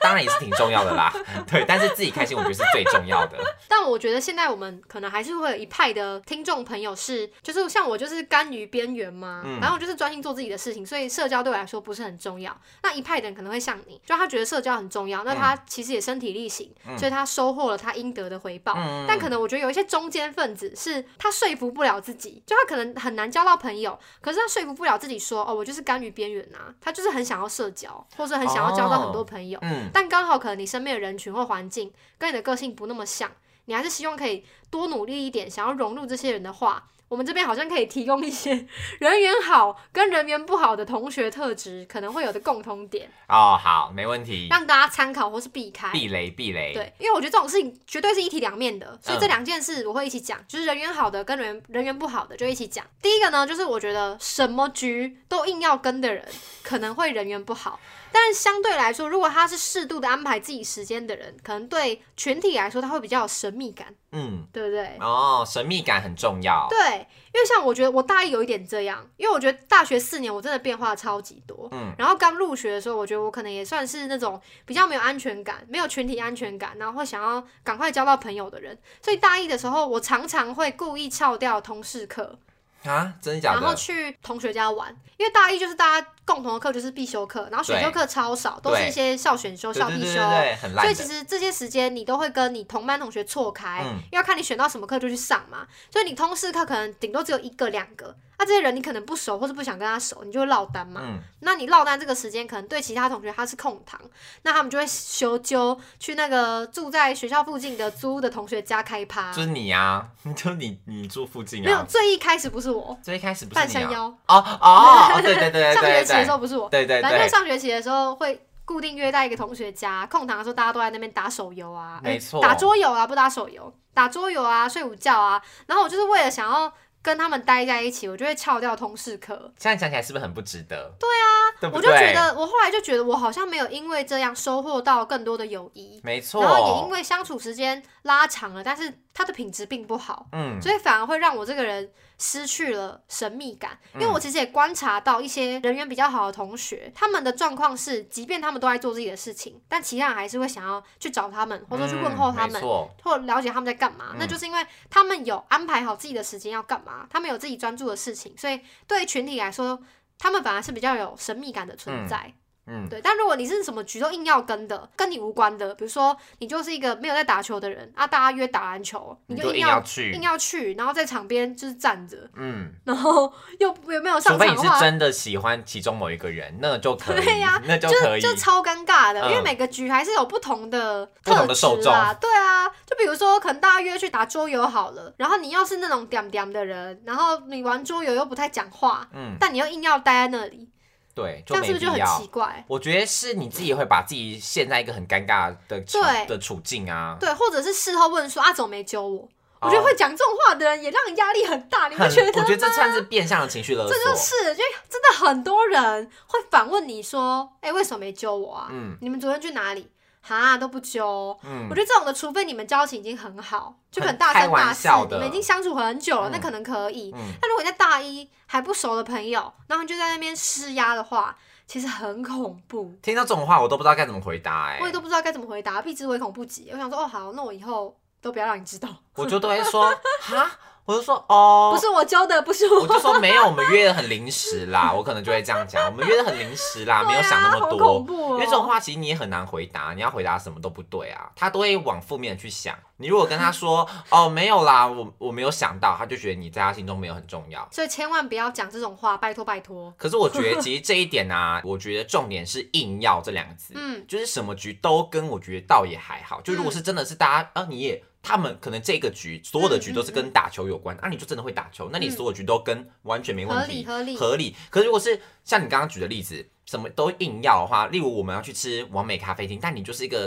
当然也是挺重要的啦， [LAUGHS] 对，但是自己开心我觉得是最重要
[LAUGHS]
的。
但我觉得现在我们可能还是会有一派的听众朋友是，就是像我就是甘于边缘嘛，
嗯
然后我就是专心做自己的事情，所以社交对我来说不是很重要。那一派的人可能会像你，就他觉得社交很重
嗯
要，那他其实也身体力行，所以他收获了他应得的回报。
嗯
但可能我觉得有一些中间分子是他说服不了自己，就他可能很难交到朋友，可是他说服不了自己说哦，我就是甘于边缘啊，他就是很想要社交，或者很想要交到很多朋友。
嗯，
但刚好可能你身边的人群或环境跟你的个性不那么像，你还是希望可以多努力一点，想要融入这些人的话，我们这边好像可以提供一些人缘好跟人缘不好的同学特质可能会有的共通点，
哦，好，没问题，
让大家参考或是避开。
避雷避雷，
对，因为我觉得这种事情绝对是一体两面的，所以
嗯
这两件事我会一起讲，就是人缘好的跟人人缘不好的就一起讲。第一个呢，就是我觉得什么局都硬要跟的人，可能会人缘不好。但是相对来说，如果他是适度的安排自己时间的人，可能对群体来说他会比较有神秘感，
嗯，
对不对？
哦，神秘感很重要，
对，因为像我觉得我大一有一点这样，因为我觉得大学四年我真的变化超级多。
嗯
然后刚入学的时候，我觉得我可能也算是那种比较没有安全感、没有群体安全感，然后会想要赶快交到朋友的人。所以大一的时候，我常常会故意翘掉同事课，
啊，真的假
然后
的？
去同学家玩，因为大一就是大家共同的课就是必修课，然后选
对
修课超少，都是
对
一些校选修、
对
校
对
必
对
修。
对对，很烂
所以
的。
其实这些时间你都会跟你同班同学错开，
嗯
因为要看你选到什么课就去上嘛。所以你通识课可能顶多只有一个两个，那、这些人你可能不熟或是不想跟他熟，你就会落单嘛。
嗯，
那你落单这个时间，可能对其他同学他是空堂，那他们就会修纠去那个住在学校附近的租屋的同学家开趴。
就是你啊， [LAUGHS] 就你你住附近
没有，
啊。
最一开始不是我，
最一开始不是
半
你
山
啊？
腰，
哦哦，哦对对对对
[LAUGHS] 上学
对
期的
对
时候不是我，
对对
反正就是
对，
上学期的时候会固定约在一个同学家，空堂的时候大家都在那边打手游啊，
没错
打桌游啊，不打手游，打桌游啊，睡午觉啊。然后我就是为了想要跟他们待在一起，我就会翘掉通识课。
现在讲起来是不是很不值得？对啊，对不
我
对
就觉得，我后来就觉得我好像没有因为这样收获到更多的友谊，
没错，
然后也因为相处时间拉长了，但是它的品质并不好。
嗯，
所以反而会让我这个人失去了神秘感，因为
嗯
我其实也观察到一些人缘比较好的同学，他们的状况是，即便他们都在做自己的事情，但其他人还是会想要去找他们，或者去问候他
嗯
们
没，错，
或了解他们在干嘛。那
嗯
就是因为他们有安排好自己的时间要干嘛，他们有自己专注的事情，所以对于群体来说，他们反而是比较有神秘感的存
嗯
在。
嗯，
对，但如果你是什么局都硬要跟的，跟你无关的，比如说你就是一个没有在打球的人啊，大家约打篮球，
你
就
就
硬
硬
要
要去
硬，要去，然后在场边就是站着，
嗯，
然后又也没有
除
上
非
场
你
的
是
话，
真的喜欢其中某一个人，那就可以，
对呀
那就
就
可以，
就超尴尬的，
嗯
因为每个局还是有不同的
不同
特
的
质
受众
啊，对啊，就比如说可能大家约去打桌游好了，然后你要是那种点点的人，然后你玩桌游又不太讲话，
嗯，
但你又硬要待在那里，
对，
这
就
样
没
是不是
必
就很
要
奇。怪？
我觉得是你自己会把自己陷在一个很尴尬的处
对
的处境啊，
对，或者是事后问说啊，怎么没揪我？我
哦
觉得会讲这种话的人也让人压力很大，你不
很，
觉得
我
吗？
觉得这算是变相的情绪勒
这就
索，
是，就真的很多人会反问你说，哎、为什么没揪我啊？
嗯
你们昨天去哪里？哈，都不揪。
嗯
我觉得这种的，除非你们交情已经很好，就可能
很
大
开
三
玩
大四
笑
你们
的
已经相处很久了，那
嗯
可能可以。
嗯，
那如果你在大一还不熟的朋友，然后你就在那边施压的话，其实很恐怖。
听到这种话我都不知道该怎么回答，哎
我也，都不知道该怎么回答，避之唯恐不及。我想说，哦，好，那我以后都不要让你知道，
我就都会说哈，我就说哦，
不是我揪的，不是
我
我。
就说没有，我们约的很临时啦，我可能就会这样讲，我们约的很临时啦，没有想那
[LAUGHS]
么
对啊好恐
多。
怖哦、
因为这种话其实你也很难回答，你要回答什么都不对啊，他都会往负面去想。你如果跟
[LAUGHS]
他说哦没有啦，我我没有想到，他就觉得你在他心中没有很重要。
所以千万不要讲这种话，拜托拜托。
可是我觉得其实这一点
[LAUGHS]
啊，我觉得重点是“硬要”这两个字，
嗯，
就是什么局都跟我觉得倒也还好。就如果是真的是大家，啊你也他们可能这个局所有的局都是跟打球有关，啊你就真的会打球，那你
嗯
所有局都跟完全没
合
问题
理。合理。
合理。可是如果是像你刚刚举的例子，什么都硬要的话，例如我们要去吃完美咖啡厅，但你就是一个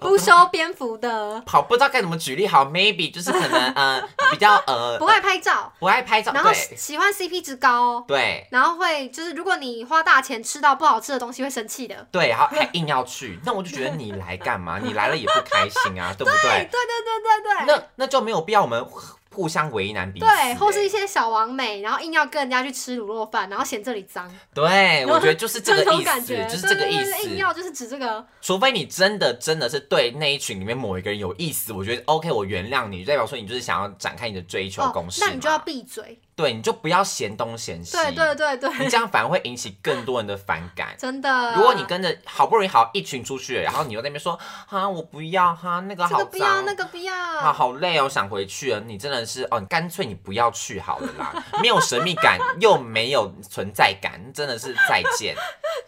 不收蝙蝠的，
好不知道该怎么举例好，maybe 就是可能
[LAUGHS]
呃比较呃
不爱拍照，
不爱拍照，
然后
对
喜欢 CP 值高哦，
对
然后会就是如果你花大钱吃到不好吃的东西会生气的。
对，然后还硬要去，那我就觉得你来干
[LAUGHS]
嘛？你来了也不开心啊，对不
哎对对
对？
对对对对。
那那就没有必要我们互相为难彼此、
对，或是一
欸
些小王美，然后硬要跟人家去吃卤肉饭，然后嫌这里脏，
欸对，我觉得就是这
[LAUGHS] 这
个
种
意
感
思，
觉，
就是这个
对对
意
对对
思。
硬要就是指这个，
除非你真的真的是对那一群里面某一个人有意思，我觉得 OK，我原谅你，代表说你就是想要展开你的追求
哦
攻，势嘛、
那你就要闭嘴。
对，你就不要嫌东嫌西，
对对对
你
对，
[LAUGHS] 这样反而会引起更多人的反
[LAUGHS]
感。
真的。
如果你跟着好不容易好一群出去了，然后你又在那边说哈我不要哈那个
这
好
个不要，
脏
那个不要，
啊好累哦想回去了，你真的是哦你干脆你不要去好了啦， [LAUGHS] 没有神秘感又没有存在感，真的是再
[LAUGHS]
见。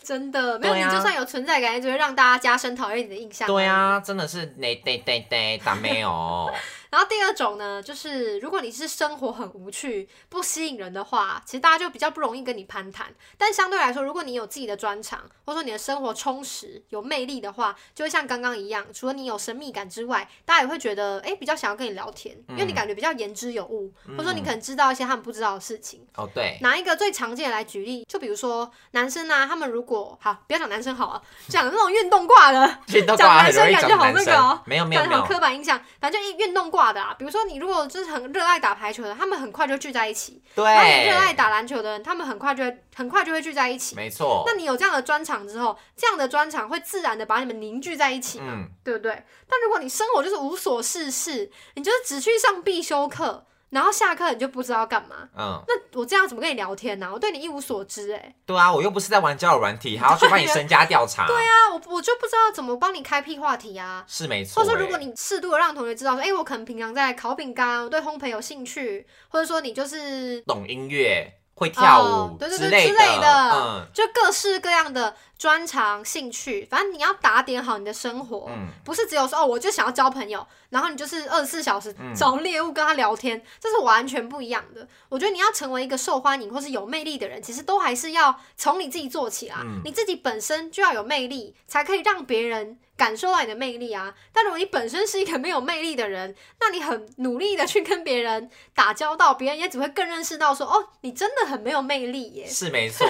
真的没有、
对
你
啊
就算有存在感，也只会让大家加深讨厌你的印象。
对。啊，真的是那对对对打没有。哦
然后第二种呢，就是如果你是生活很无趣、不吸引人的话，其实大家就比较不容易跟你攀谈。但相对来说，如果你有自己的专长，或者说你的生活充实、有魅力的话，就会像刚刚一样，除了你有神秘感之外，大家也会觉得哎、诶比较想要跟你聊天，因为你感觉比较言之有物，或者说你可能知道一些他们不知道的事情。
哦，对，
拿一个最常见的来举例，就比如说男生啊，他们如果好，不要讲男生好了，讲那种运动挂的，
运动
讲
挂
男
很容
生
易
感
讲
觉好
男
那个哦
生，没有没有
感
没
觉好
有，
刻板印象，反正就运动挂的啊。比如说你如果就是很热爱打排球的，他们很快就聚在一起；，那你热爱
对，
打篮球的人，他们很快就会很快就会聚在一起。
没错
那，你有这样的专长之后，这样的专长会自然的把你们凝聚在一起嘛，
嗯，
对不对？但如果你生活就是无所事事，你就是只去上必修课，然后下课你就不知道干嘛。
嗯，
那我这样怎么跟你聊天啊呢、我对你一无所知哎、
对啊，我又不是在玩交友软体，还要去帮你身家调查。对啊，
那我我就不知道怎么帮你开辟话题啊。
是没
或
错欸。
者说，如果你适度的让同学知道说，哎、我可能平常在烤饼干，我对烘焙有兴趣，或者说你就是
懂音乐、会跳
哦
舞
对对
之
对
类
之类的
嗯
就各式各样的专长、兴趣，反正你要打点好你的生活，
嗯，
不是只有说哦，我就想要交朋友，然后你就是二十四小时
嗯
找猎物跟他聊天，这是完全不一样的。我觉得你要成为一个受欢迎或是有魅力的人，其实都还是要从你自己做起啊，
嗯
你自己本身就要有魅力，才可以让别人。感受到你的魅力啊！但如果你本身是一个没有魅力的人，那你很努力的去跟别人打交道，别人也只会更认识到说，哦，你真的很没有魅力耶。
是
[LAUGHS]
没错。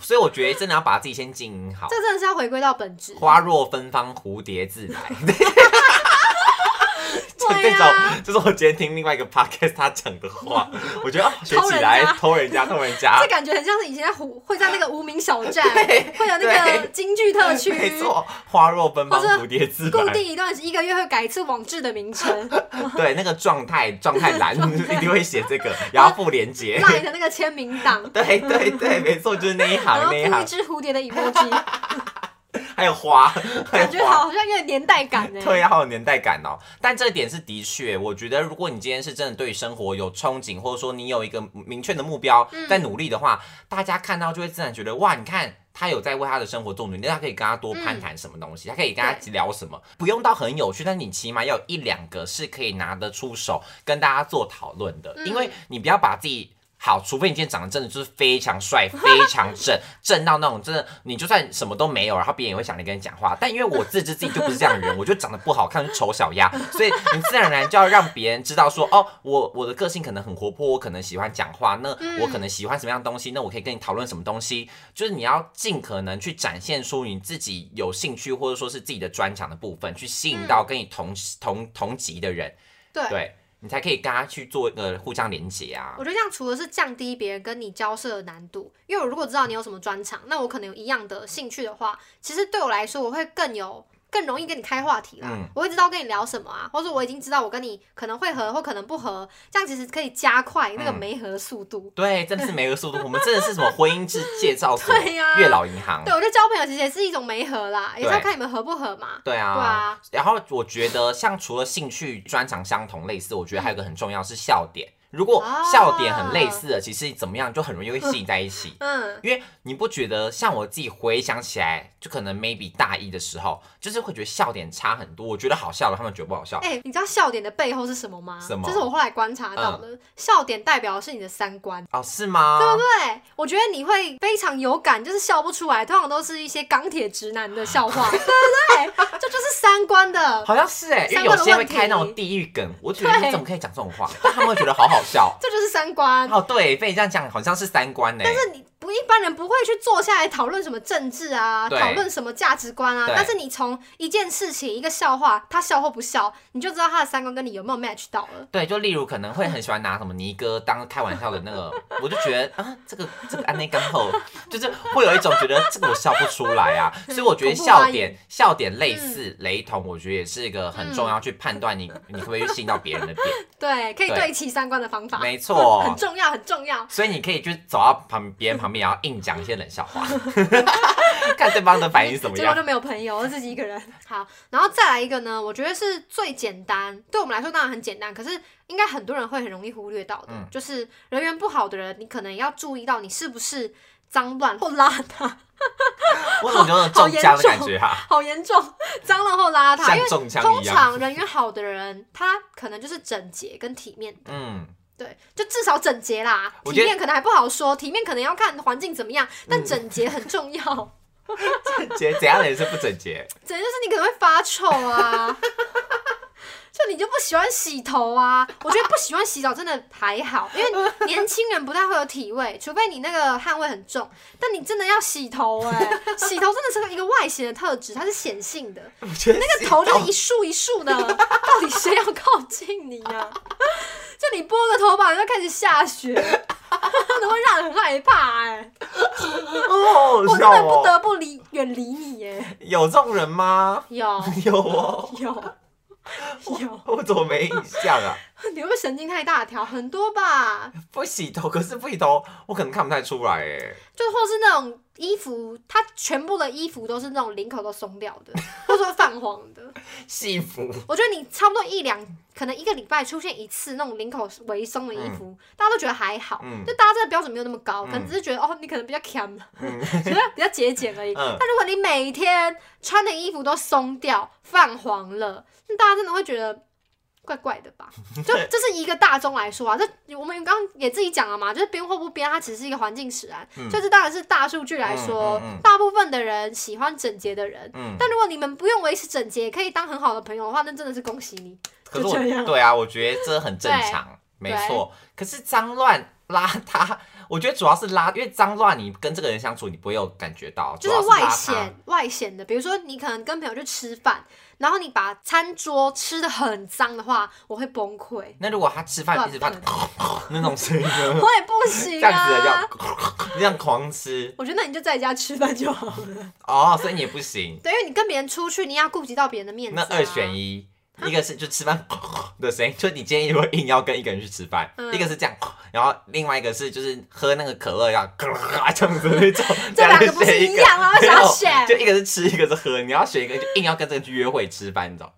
所以我觉得真的要把自己先经营好
这。真的是要回归到本质。
花若芬芳，蝴蝶自来。就
对啊
这
呀、
种，就是我今天听另外一个 podcast 他讲
[LAUGHS]
的话，我觉得哦，学
偷
起
人
来
家
偷人家，偷人家
[LAUGHS] 这，感觉很像是以前在虎会在那个无名小站，
啊 [LAUGHS] 对
会有那个
对
京剧特区，
[LAUGHS] 没错，花若芬芳，
或者
蝴蝶自
固
来。
定一段一个月会改一次网志的名
[LAUGHS]
称， [LAUGHS]
对，那个状态状态栏一定会写这个，然后附连接。
赖 [LAUGHS] 的那个签名
[LAUGHS]
档，
对对对，没错，就是那一
然
行
后
那一
附一
行，
只蝴蝶的
[LAUGHS]
emoji，
还有花，还有
[LAUGHS] 感觉
花。
好像有点年代感呢。
[LAUGHS] 对呀、啊好有年代感哦。但这点是的确，我觉得如果你今天是真的对生活有憧憬，或者说你有一个明确的目标
嗯
在努力的话，大家看到就会自然觉得哇，你看他有在为他的生活做努力，那他可以跟他多攀谈什么东
嗯
西，他可以跟他聊什么，不用到很有趣，但你起码要有一两个是可以拿得出手跟大家做讨论的，因为你不要把自己。好，除非你今天长得真的就是非常帅、非常正，正到那种真的，你就算什么都没有，然后别人也会想来跟你讲话。但因为我自知自己就不是这样的人，我就长得不好看，是丑小鸭，所以你自然而然就要让别人知道说，哦，我我的个性可能很活泼，我可能喜欢讲话，那我可能喜欢什么样的东西，那我可以跟你讨论什么东西。就是你要尽可能去展现出你自己有兴趣或者说是自己的专长的部分，去吸引到跟你同同同级的人，
嗯对
对你才可以跟他去做一个互相连接啊
我。觉得这样除了是降低别人跟你交涉的难度，因为我如果知道你有什么专长，那我可能有一样的兴趣的话，其实对我来说我会更有更容易跟你开话题啦。
嗯
我会知道跟你聊什么啊，或者我已经知道我跟你可能会合或可能不合，这样其实可以加快那个
嗯
没合的速度。
对，真的是没个速度。我们真的是什么婚姻制介绍
[LAUGHS]
所、
对呀
月老银行
对，，我觉得交朋友其实也是一种媒合啦，也是要
啊对
看你们合不合嘛。
对啊，
对啊
然后我觉得，像除了兴趣专长相同类似，我觉得还有一个很重要是笑点。如果
啊
笑点很类似的，其实怎么样就很容易会吸引在一起。
嗯，
因为你不觉得像我自己回想起来，就可能 maybe 大一的时候，就是会觉得笑点差很多。我觉得好笑的，他们觉得不好笑。
哎、你知道笑点的背后是什么吗？
什么嗯
这是我后来观察到的，笑点代表的是你的三观。
哦，是吗？
对不对？我觉得你会非常有感，就是笑不出来，通常都是一些钢铁直男的笑
[LAUGHS]
话，对不对？这就是三观的，
好像是哎、因为有些会开那种地狱梗，我觉得
对
你怎么可以讲这种话？但他们会觉得好好笑。 [LAUGHS]
这就是三观。
哦，对，被你这样讲好像是三观欸呢、
但是你不一般人不会去坐下来讨论什么政治啊，
对
讨论什么价值观啊。
对
但是你从一件事情、一个笑话，他笑或不笑，你就知道他的三观跟你有没有 match 到了。
对，就例如可能会很喜欢拿什么尼哥当开玩笑的那个，我就觉得啊，这个这个安内干后，就是会有一种觉得这个我笑不出来啊，所以我觉得
恐怖嗯发
笑
言
点笑点类似雷同，我觉得也是一个很重
嗯
要去判断
[LAUGHS]
你你会不会吸引到别人的点，
对，可以
对
对齐三观的方法，
没错
[LAUGHS] 很重要，很重要。
所以你可以就走到旁别人旁边，然后硬讲一些冷
[LAUGHS]
笑话，看对方的反应是怎么
结果
样
就。没有朋友，我自己一个人。好，然后再来一个呢，我觉得是最简单，对我们来说当然很简单，可是应该很多人会很容易忽略到的，
嗯
就是人缘不好的人，你可能要注意到你是不是脏乱或邋遢，
我总觉得有中枪的感觉哈、
好严重，脏乱或邋遢，
像
因为。
中枪
通
一样。
常人缘好的人，他可能就是整洁跟体面，
嗯，
对，就至少整洁啦。
我
体
觉得
面可能还不好说，体面可能要看环境怎么样，但整洁很重要。
觉得怎样的人是不整洁？
整就是你可能会发臭啊， [LAUGHS] 就你就不喜欢洗头啊。我觉得不喜欢洗澡真的还好，因为年轻人不太会有体味，除非你那个汗味很重。但你真的要洗头哎、洗头真的是一个外显的特质，它是显性的，
我觉
[LAUGHS]
得
那个头
[LAUGHS]
就是一束一束的，到底谁要靠近你啊？就你拨个头发，你就开始下雪，都会让人很害怕哎、
哦，
我
好
真的
笑
不
哦，
得不离远离你哎、
[LAUGHS] 有这种人吗？ [LAUGHS]
有
有哦，
有有。
我怎么没印象啊？
[LAUGHS] 你会不会神经太大条？很多吧，
不洗头，可是不洗头，我可能看不太出来哎。
就或是那种衣服，它全部的衣服都是那种领口都松掉的，或者说泛黄的。
戏服
我觉得你差不多一两，可能一个礼拜出现一次那种领口微松的衣服，大家都觉得还好，
嗯
就大家这个标准没有那么高，
嗯
可能只是觉得哦，你可能比较 cam，、觉 [LAUGHS] 得比较节俭而已。
嗯
但如果你每天穿的衣服都松掉、泛黄了，那大家真的会觉得。怪怪的吧，
[LAUGHS]
就这是一个大众来说啊，这我们刚刚也自己讲了嘛，就是编或不编，它只是一个环境使然，
嗯
所以这当然是大数据来说，
嗯嗯嗯
大部分的人喜欢整洁的人，
嗯，
但如果你们不用维持整洁，可以当很好的朋友的话，那真的是恭喜你。
可是
就这样
我对啊，我觉得这很正常，没错。可是脏乱邋遢，我觉得主要是邋，因为脏乱你跟这个人相处你不会有感觉到，
就
主要
是
是
外
邋遢
显外显的，比如说你可能跟朋友去吃饭，然后你把餐桌吃的很脏的话，我会崩溃，
那如果他吃饭一直发
乱
[LAUGHS] 那种声音
我
[LAUGHS] 呢，
也不
这
行
样子的这样 [LAUGHS]
啊。
这样狂吃
我觉得那你就在家吃饭就好了，
哦，所以你也不行。
对，因为你跟别人出去，你要顾及到别人的面子、
那
啊。
二选
一，
一，一个是就吃饭的声音， [LAUGHS] 就你今天如果硬要跟一个人去吃饭，
嗯
一个是这样，然后另外一个是就是喝那个可乐要这样子那种，
这两个不是
选
一样
[LAUGHS]
啊？我
没
想
有，
要选
就一个是吃，一个是喝，你要选一个，就硬要跟这个去约会吃饭，你知道？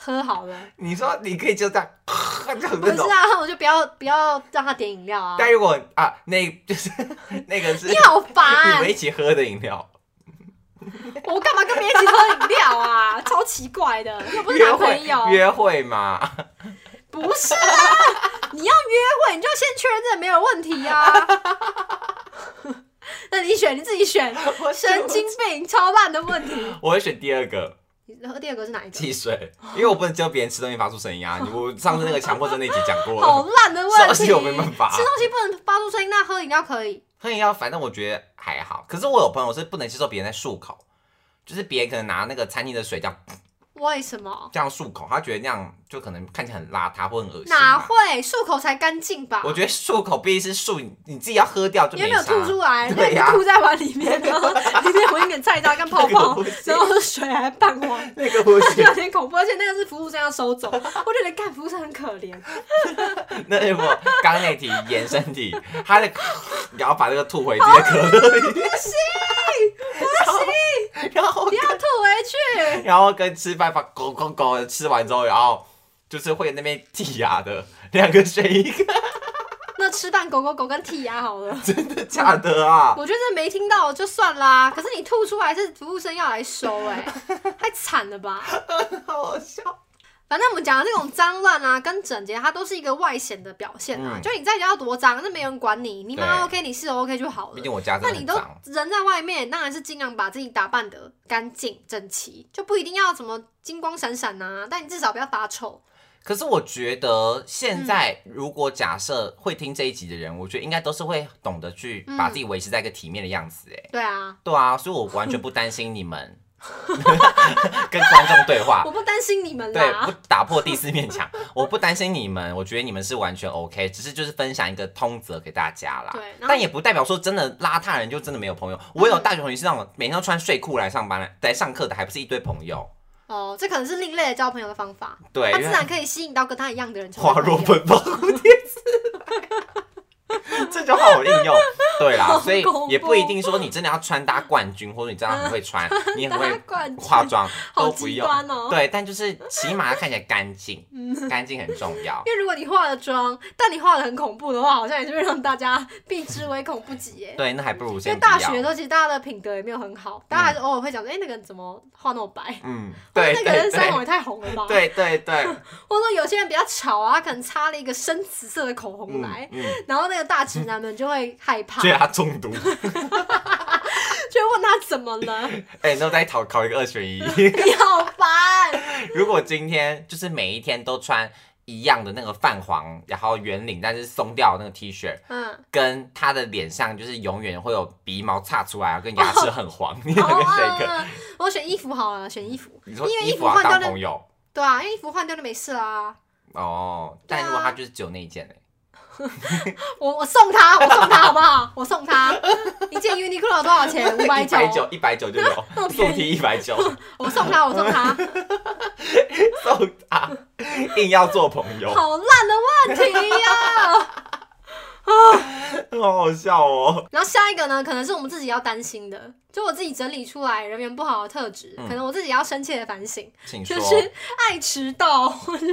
喝好了，
你说你可以就这样，这样
不
那
是
种。
啊，我就不要不要让他点饮料啊。
但如果啊，那就是 [LAUGHS] 那个是
你好
你
烦
们一，起喝的饮料，
我干嘛跟别人一起喝饮料啊？ [LAUGHS] 超奇怪的，又不是
约
男
会
朋友。
约会嘛，
不是啊，你要约会，你就先确认这没有问题
[LAUGHS]
啊。那你选你自己
[LAUGHS]
选，神经病，超烂的问题。
我会选第二个
你喝第二个是哪一个？
汽水，因为我不能教别人吃东西发出声
[LAUGHS]
音啊。你我上次那个强迫症那集讲过
好
了，
烂的问
这
题，
是我没办法
吃东西不能发出声音，那喝饮料可以。
喝饮料啊反正我觉得还好，可是我有朋友是不能接受别人在漱口，就是别人可能拿那个餐厅的水这样
为什么？
这样漱口，他觉得那样就可能看起来很邋遢或很恶心嘛。
哪会漱口才干净吧？
啊我觉得漱口必须是漱，你你自己要喝掉就
因为没
没
有
差。啊
吐出来，
对呀
那你吐在碗里面，然
[LAUGHS]
后里面混一点菜渣跟泡
那个
泡
不，行
然后水还半黄。
那个不行
有，点恐怖，而且那个是服务生要收走，我觉得干服务生很可怜。
[LAUGHS] 那如果刚刚那题延伸题，他的你要把这个吐回自己的可
[LAUGHS]
乐里，不 [LAUGHS] 行，然后
不要吐回去。
然后跟吃饭把狗狗狗的吃完之后，然后就是会那边剔牙的，两个选一个，
那吃饭狗狗狗跟剔牙好了，
真的假的啊？
我觉得没听到就算啦。可是你吐出来是服务生要来收、哎，太惨了吧！
[LAUGHS] 好笑，
反正我们讲的这种脏乱啊，跟整洁，它都是一个外显的表现啊。
嗯
就你在家要多脏，那没人管你，你妈
对啊
OK，你是 OK 就好
毕
了。
竟我家真
那
的
你
很
都
脏，
人在外面，当然是尽量把自己打扮得干净整齐，就不一定要什么金光闪闪呐、但你至少不要发臭。
可是我觉得
嗯
现在，如果假设会听这一集的人，我觉得应该都是会懂得去
嗯
把自己维持在一个体面的样子。哎，
对啊，
对啊，所以我完全不担心
[LAUGHS]
你们跟观众对话
我，不担心你们
啊对，
啦。
不打破第四面墙，我不担心你们，我觉得你们是完全 OK，只是就是分享一个通则给大家啦。
对然后嗯
但也不代表说真的邋遢人就真的没有朋友。我有大学同学是那种每天都穿睡裤来上班来上课的，还不是一堆朋友。
哦，这可能是另类的交朋友的方法。
对，
他
因
自
为
然可以吸引到跟他一样的人成为
花
朋友。
若奔放，
[LAUGHS]
蝴蝶自来。这句话好应用，对啦
好，
所以
恐怖
也不一定
[LAUGHS]
说你真的要穿搭冠军，或者你真的很会穿，你很
穿搭
会
冠军
化妆，
[LAUGHS] 好
都不
极
用。
端哦。嗯
对，但就是起码看起来干
[LAUGHS]
净，干净很重要。
因为如果你化了妆，但你化的很恐怖的话，好像也是会让大家 [LAUGHS] 避之唯恐不及耶。
对，那还不如
因为
先不
大学的
要
时。候，其实大家的品德也没有很好，大家还是偶尔会讲说，哎、那个人怎么画那么白？
嗯，
或者
对，
[LAUGHS] 那个人
对
腮红也太红了吧？，
对对对，
或者说有些人比较吵啊，他可能擦了一个深紫色的口红
嗯
来，
嗯，啊
然后那个大直男们就会害怕，
所以
就
他中毒。
会问他怎么了， [LAUGHS]
哎，那我再考考一个二选一。 [LAUGHS]
你好烦。
如果今天就是每一天都穿一样的那个泛黄，然后圆领但是松掉的那个 T 恤， [LAUGHS]
嗯，
跟他的脸上就是永远会有鼻毛岔出来，啊跟牙齿
[LAUGHS]
很黄， [LAUGHS] 你想
好
跟谁跟？
啊，我选衣服好了，选衣服，
你
因
说
为
衣
衣
服
服
要
换掉
当
那
朋友
对啊，因为衣服换掉就没事啦、 [LAUGHS]
哦，但如果他就是只有那一件呢？
我我送他，我送他好不好？我送他一件 Uniqlo 多少钱？五百
一百
九
九，。一百
[LAUGHS]
九就有，
便
速
宜
提一百九，
我送他，我送他，
送他，硬要做朋友，
好烂的问题呀、 [LAUGHS]
好好笑哦。
然后下一个呢，可能是我们自己要担心的，就我自己整理出来人缘不好的特质，
嗯
可能我自己要深切的反省，
请说
就，是爱迟到，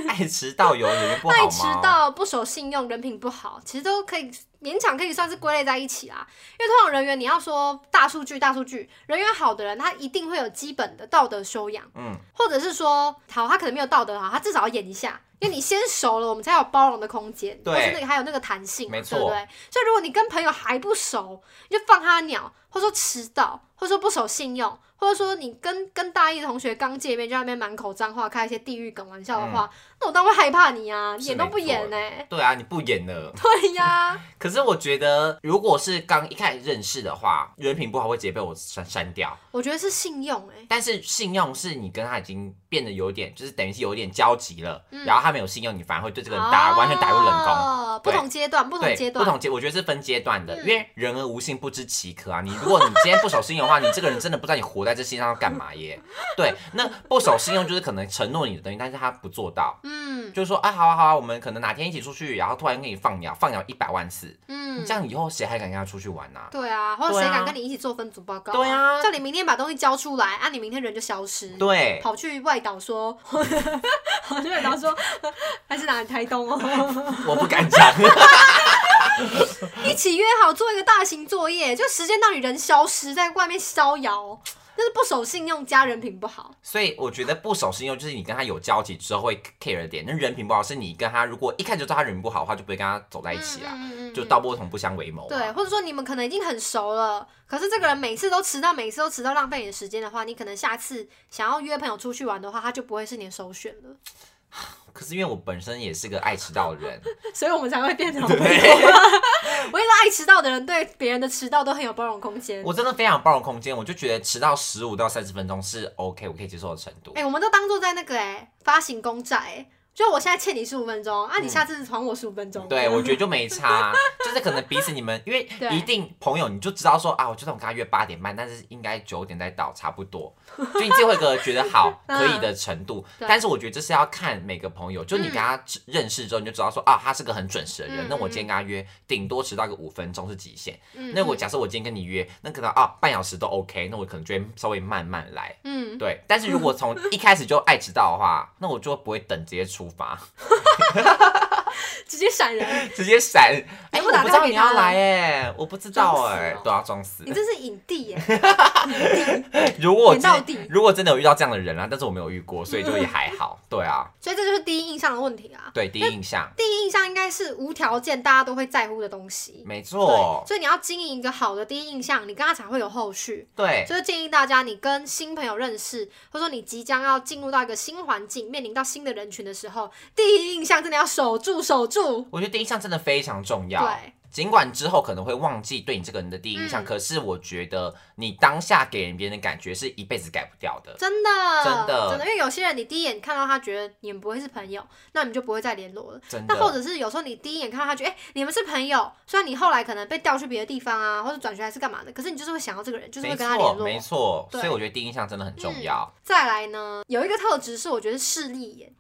爱迟到有你们不好吗？
[LAUGHS] 爱迟到、不守信用、人品不好，其实都可以勉强可以算是归类在一起啦。因为通常人员你要说大数据，大数据人缘好的人，他一定会有基本的道德修养，
嗯，
或者是说，好，他可能没有道德好，他至少要演一下。因为你先熟了，我们才有包容的空间，
对
或是那个还有那个弹性嘛，
没错
对不对？所以如果你跟朋友还不熟，你就放他鸟，或者说迟到，或者说不守信用，或者说你跟跟大一的同学刚见面就在那边满口脏话，开一些地狱梗玩笑的话，那我当然会害怕你啊，
嗯是
演都不演
没
呢、
对啊，你不演了。
对呀、
可是我觉得，如果是刚一开始认识的话，人品不好会直接被我删删掉。
我觉得是信用哎、
但是信用是你跟他已经变得有点，就是等于是有点交集了，然后他没有信用，你反而会对这个人打、完全打入冷宫。
哦不同阶段，不同
对，
阶段，
不同阶，我觉得是分阶段的，
嗯
因为人而无信，不知其可啊。你如果你今天不守信用的话，你这个人真的不知道你活在这世界上要干嘛耶。 [LAUGHS] 对，那不守信用就是可能承诺你的东西，但是他不做到，
嗯
就是说啊，好啊好啊，我们可能哪天一起出去，然后突然跟你放鸟，放鸟一百万次，
嗯
这。样以后谁还敢跟他出去玩呐、
对啊，或者
对
谁
啊
敢跟你一起做分组报告、
对啊
叫你明天把东西交出来，啊，你明天人就消失。
对，
跑去外岛说， [LAUGHS] 跑去外岛说， [LAUGHS] 还是哪里台东
[LAUGHS]
哦，
我不敢讲。 [LAUGHS]
一起约好做一个大型作业，就时间到你人消失在外面逍遥，那是不守信用加人品不好。
所以我觉得不守信用就是你跟他有交集之后会 care 的点，那人品不好是你跟他如果一看就知道他人不好的话，就不会跟他走在一起啊，
嗯嗯嗯
就道不同不相为谋、啊。
对，或者说你们可能已经很熟了，可是这个人每次都迟到，每次都迟到，浪费你的时间的话，你可能下次想要约朋友出去玩的话，他就不会是你的首选了，
可是因为我本身也是个爱迟到
[LAUGHS]
的人，
所以我们才会变成好朋友。
对，
我跟你说，爱迟到的人对别人的迟到都很有包容空间。
我真的非常包容空间，我就觉得迟到十五到三十分钟是 OK，我可以接受的程度。
哎、我们都当做在那个哎、发行公债、欸，就我现在欠你十五分钟，啊，你
嗯
下次还我十五分钟。
对，我觉得就没差，就是可能彼此你们，因为
[LAUGHS] 对
一定朋友你就知道说啊，我就算我跟他约八点半，但是应该九点再到差不多，就你自己会有个觉得好
[LAUGHS] 嗯
可以的程度。
对
但是我觉得这是要看每个朋友，就你跟他知认识之后，你就知道说啊，他是个很准时的人
嗯，
那我今天跟他约，顶多迟到个五分钟是极限。
嗯
那我假设我今天跟你约，那可能啊半小时都 OK，那我可能就会稍微慢慢来。
嗯，
对，但是如果从一开始就爱迟到的话，那我就不会等，直接出发。
直接闪
[LAUGHS]
人，
直接闪！哎、
全部
我
打
不知道
电
你
话
要
给他
来哎、我不知道
装死
哎、
哦
都要装死哎
你。这是影帝耶、
如果我
点到
真
底
如果真的有遇到这样的人啊，但是我没有遇过，所以就也还好。对啊，
所以这就是第一印象的问题啊。
对第一印象，
第一印象应该是无条件大家都会在乎的东西。
没
对，
错，
所以你要经营一个好的第一印象，你跟他才会有后续。
对
就是建议大家，你跟新朋友认识，或者说你即将要进入到一个新环境，面临到新的人群的时候，第一印象真的要守住，守住。
我觉得第一印象真的非常重要。
对，
尽管之后可能会忘记对你这个人的第一印象，
嗯
可是我觉得你当下给人别人的感觉是一辈子改不掉的。
真的，
真的
因为有些人你第一眼看到他，觉得你们不会是朋友，那你们就不会再联络了。
真
那或
的，
者是有时候你第一眼看到他，觉得哎、你们是朋友，虽然你后来可能被调去别的地方啊，或者转学还是干嘛的，可是你就是会想到这个人，就是
没
会跟他联
错，
络。
没错。
对嗯
所以我觉得第一印象真的很重要。
再来呢，有一个特质是我觉得势利眼，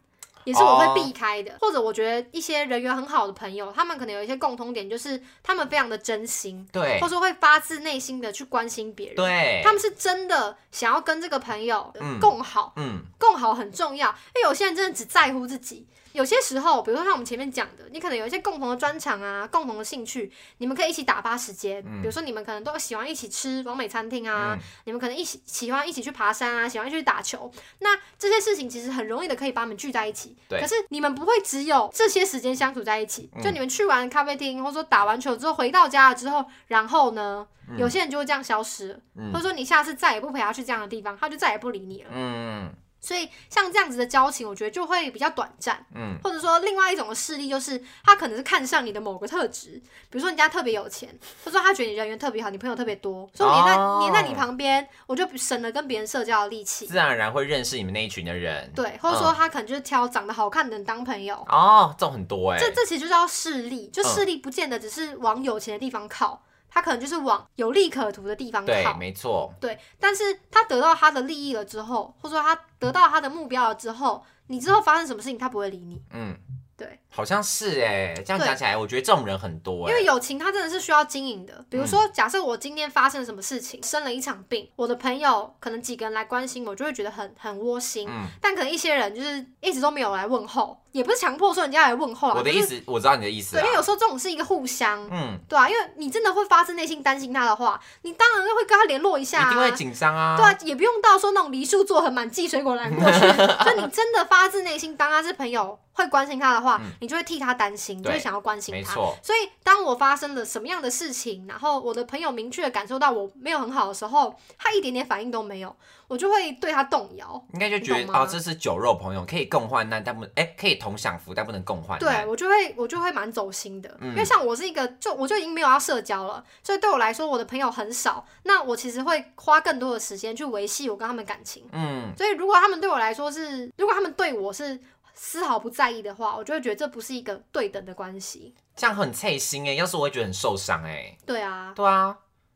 也是我会避开
哦
的。或者我觉得一些人缘很好的朋友，他们可能有一些共通点，就是他们非常的真心，
对
或者说会发自内心的去关心别人。。
对
他，们是真的想要跟这个朋友呃
嗯
共好，
嗯，
共好很重要，因为有些人真的只在乎自己。有些时候，比如说像我们前面讲的，你可能有一些共同的专长啊，共同的兴趣，你们可以一起打发时间。
嗯
比如说你们可能都喜欢一起吃完美餐厅啊，
嗯
你们可能一起喜欢一起去爬山啊，喜欢一起去打球。那这些事情其实很容易的可以把你们聚在一起。
对
可是你们不会只有这些时间相处在一起，
嗯
就你们去完咖啡厅，或者说打完球之后回到家了之后，然后呢，有些人就会这样消失了，
嗯
或者说你下次再也不陪他去这样的地方，他就再也不理你了。
嗯，
所以像这样子的交情，我觉得就会比较短暂。
嗯，
或者说另外一种的势力就是他可能是看上你的某个特质，比如说你家特别有钱，或者说他觉得你人缘特别好，你朋友特别多，所以我黏在、
哦
黏在你旁边，我就省了跟别人社交的力气。
自然而然会认识你们那一群的人。
对，或者说
嗯
他可能就是挑长得好看的人当朋友，
哦，这种很多哎、
这这其实就叫势力，就
嗯
势力不见得只是往有钱的地方靠，他可能就是往有利可图的地方
对，
靠。
没错，
对，但是他得到他的利益了之后，或者说他得到他的目标了之后，你之后发生什么事情，他不会理你，
嗯，
对，
好像是哎、这样讲起来，我觉得这种人很多哎、
因为友情它真的是需要经营的。比如
嗯
说，假设我今天发生了什么事情，生了一场病，我的朋友可能几个人来关心我，就会觉得很很窝心。
嗯
但可能一些人就是一直都没有来问候，也不是强迫说人家来问候啦，啊
我的
就
意
是
思，我知道你的意思
对，
啦
因。为有时候这种是一个互相，
嗯，
对啊，因为你真的会发自内心担心他的话，你当然会跟他联络一下、啊，
一定会紧张啊。
对啊，也不用到说那种梨树做很满寄水果篮
[LAUGHS]
过去，就你真的发自内心当他是朋友，会关心他的话，你就会替他担心，就
嗯对
会想要关心
没
他。
错，
所以，当我发生了什么样的事情，然后我的朋友明确地感受到我没有很好的时候，他一点点反应都没有，我就会对他动摇。
应该就
你
觉
懂
得
吗
哦，这是酒肉朋友，可以共患难，但不能哎、可以同享福，但不能共患
对
难。
我就会，我就会蛮走心的，
嗯
因为像我是一个，就我就已经没有要社交了，所以对我来说，我的朋友很少，那我其实会花更多的时间去维系我跟他们感情。
嗯，
所以如果他们对我来说是，如果他们对我是丝毫不在意的话，我就会觉得这不是一个对等的关系。
这样很刺心哎、要是我会觉得很受伤哎、
对啊，
对啊，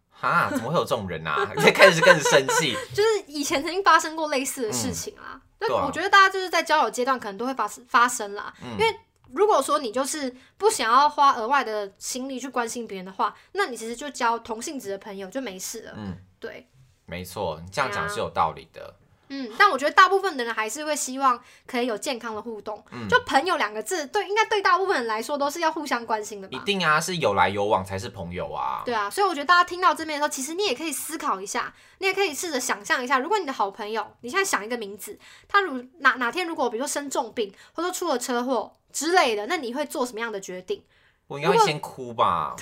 哈，怎么会有这种
[LAUGHS]
人啊？这开始更生气。
就是以前曾经发生过类似的事情啊。那、
对啊
我觉得大家就是在交友阶段可能都会发生发生啦，
嗯
因为。如果说你就是不想要花额外的心力去关心别人的话，那你其实就交同性质的朋友就没事了。
嗯，
对，
没错，你这样
对啊
讲是有道理的。
嗯，但我觉得大部分的人还是会希望可以有健康的互动。
嗯
就朋友两个字，对，应该对大部分人来说都是要互相关心的吧
一。定啊，是有来有往才是朋友啊。
对啊，所以我觉得大家听到这边的时候，其实你也可以思考一下，你也可以试着想象一下，如果你的好朋友，你现在想一个名字，他如哪哪天如果比如说生重病，或者说出了车祸之类的，那你会做什么样的决定？
我应该会先哭吧？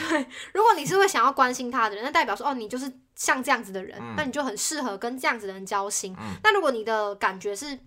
如果你是会想要关心他的人，那代表说哦，你就是像这样子的人，
嗯
那你就很适合跟这样子的人交心。
嗯
那如果你的感觉是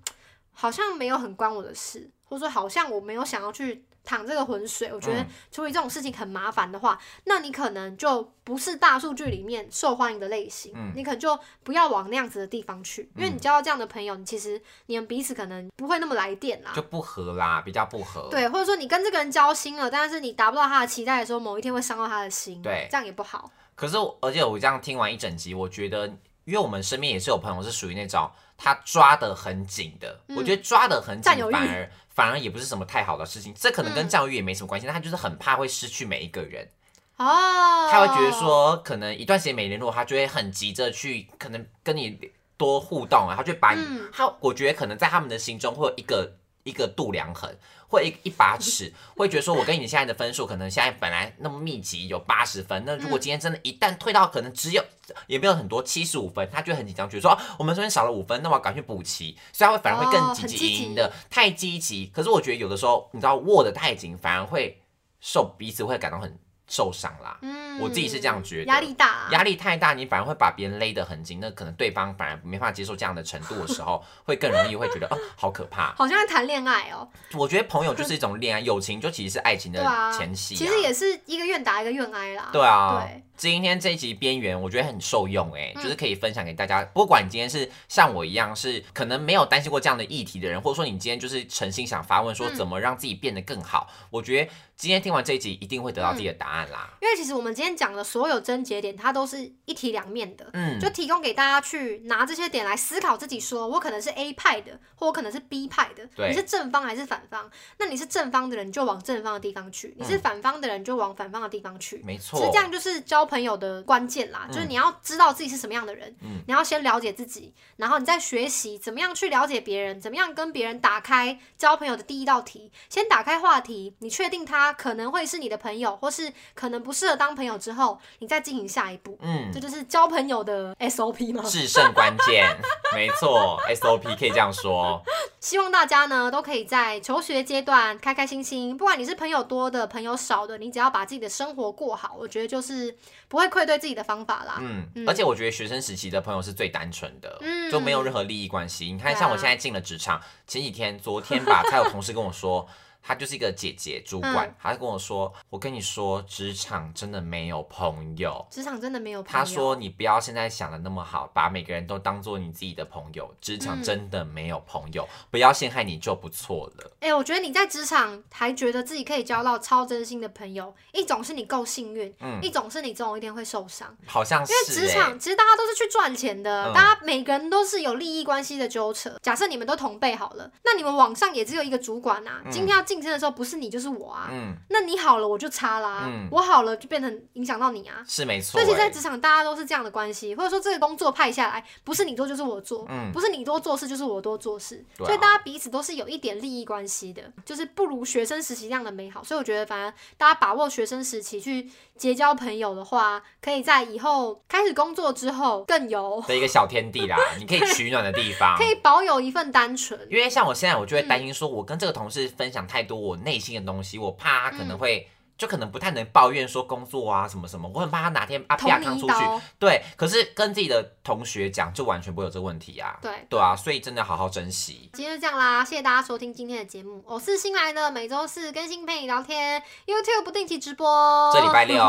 好像没有很关我的事，或者说好像我没有想要去淌这个浑水，我觉得
嗯
处理这种事情很麻烦的话，那你可能就不是大数据里面受欢迎的类型，
嗯
你可能就不要往那样子的地方去，因为你交到这样的朋友，你其实你们彼此可能不会那么来电啦
就。不合啦，比较不合。
啊对，或者说你跟这个人交心了，但是你达不到他的期待的时候，某一天会伤到他的心，
对
这样也不好。
可是我，而且我这样听完一整集，我觉得，因为我们身边也是有朋友是属于那种他抓得很紧的，
嗯
我觉得抓得很紧
占有，欲
反而反而也不是什么太好的事情。这可能跟
嗯
占有欲也没什么关系，但他就是很怕会失去每一个人，
哦，
他会觉得，说，可能一段时间没联络，他就会很急着去，可能跟你多互动啊，他就把你，
嗯
他我觉得可能在他们的心中会有一个。一个度量衡，或一一把尺，会觉得说，我跟你现在的分数，可能现在本来那么密集有八十分，那如果
嗯
今天真的，一旦退到可能只有也没有很多七十五分，他就会很紧张，觉得说、啊我们昨天少了五分，那我要赶去补齐，所以他会反而会
哦
更
很
积极
积
营
极
营的，太积极。可是我觉得有的时候，你知道握得太紧，反而会受彼此会感到很受伤啦。
嗯
我自己是这样觉得
压力大、啊，
压力太大，你反而会把别人勒得很紧，那可能对方反而没办法接受这样的程度的
[LAUGHS]
时候，会更容易会觉得哦，好可怕。
好像在谈恋爱哦、
我觉得朋友就是一种恋爱，友情就其实是爱情的
对啊，
前戏、啊
其实也是一个愿打一个愿挨啦，
对啊
对，
今天这一集边缘，我觉得很受用哎、
嗯
就是可以分享给大家。不管你今天是像我一样是可能没有担心过这样的议题的人，或者说你今天就是诚心想发问说
嗯
怎么让自己变得更好，我觉得今天听完这一集一定会得到
嗯
自己的答案啦。
因为其实我们今天讲的所有症结点，它都是一体两面的。
嗯，
就提供给大家去拿这些点来思考自己说，我可能是 A 派的，或我可能是 B 派的，
对
你是正方还是反方？那你是正方的人，你就往正方的地方去；你是
嗯
反方的人，你就往反方的地方去。
没
其实
错
这，样就是交朋友的关键啦，就是你要知道自己是什么样的人，
嗯
你要先了解自己，然后你再学习怎么样去了解别人，怎么样跟别人打开交朋友的第一道题，先打开话题，你确定他可能会是你的朋友，或是可能不适合当朋友之后，你再经营下一步，
嗯
这，就是交朋友的 SOP 吗？
制胜关键，没错，SOP 可以这样说。
[LAUGHS] 希望大家呢都可以在求学阶段开开心心，不管你是朋友多的、朋友少的，你只要把自己的生活过好，我觉得就是不会愧对自己的方法啦。
嗯
嗯，
而且我觉得学生时期的朋友是最单纯的，
嗯
就没有任何利益关系。你看，
对啊
像我现在进了职场，前几天、昨
[LAUGHS]
天吧，才有同事跟我说。她就是一个姐姐主管
嗯，
她、跟我说：“我跟你说，职场真的没有朋友。
职场真的没有朋友。
她说：“你不要现在想的那么好，把每个人都当做你自己的朋友。职场
嗯
真的没有朋友，不要陷害你就不错了。
哎、我觉得你在职场还觉得自己可以交到超真心的朋友，一种是你够幸运，
嗯
一种是你总有一天会受伤。
好像
因为
是、欸，
职场其实大家都是去赚钱的，
嗯
大家每个人都是有利益关系的纠扯。假设你们都同辈好了，那你们往上也只有一个主管啊。今天要竞争的时候，不是你就是我啊。
嗯，
那你好了，我就差啦、
嗯
我好了就变成影响到你啊。
是没
所
错、
以其实在
欸。
职场，大家都是这样的关系，或者说这个工作派下来，不是你做就是我做，
嗯
不是你多做事就是我多做事，
对啊
所以大家彼此都是有一点利益关系的，就是不如学生时期那样的美好。所以我觉得，反而大家把握学生时期去结交朋友的话，可以在以后开始工作之后更有，
的一个小天地啦，你可以取暖的地方
[LAUGHS] 可。以保有一份单纯。
因为像我现在，我就会担心说，我跟这个同事分享太多我内心的东西，我怕他可
嗯
能会。就可能不太能抱怨说工作啊什么什么，我很怕他哪天啊
捅
啪
你
康
一
出去
刀，
对，可是跟自己的同学讲就完全不会有这个问
[LAUGHS]
题啊。
对，
对啊，所以真的好好珍惜。
今天就这样啦，谢谢大家收听今天的节目。我是新来的，每周四更新陪你聊天，YouTube 不定期直播，哦
这礼拜六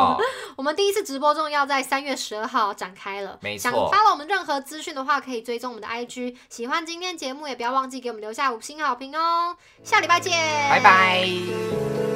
我们第一次直播终于要在三月十二号展开了，
没错
想发了我们任何资讯的话，可以追踪我们的 IG。喜欢今天节目，也不要忘记给我们留下五星好评哦。下礼拜见，
拜拜。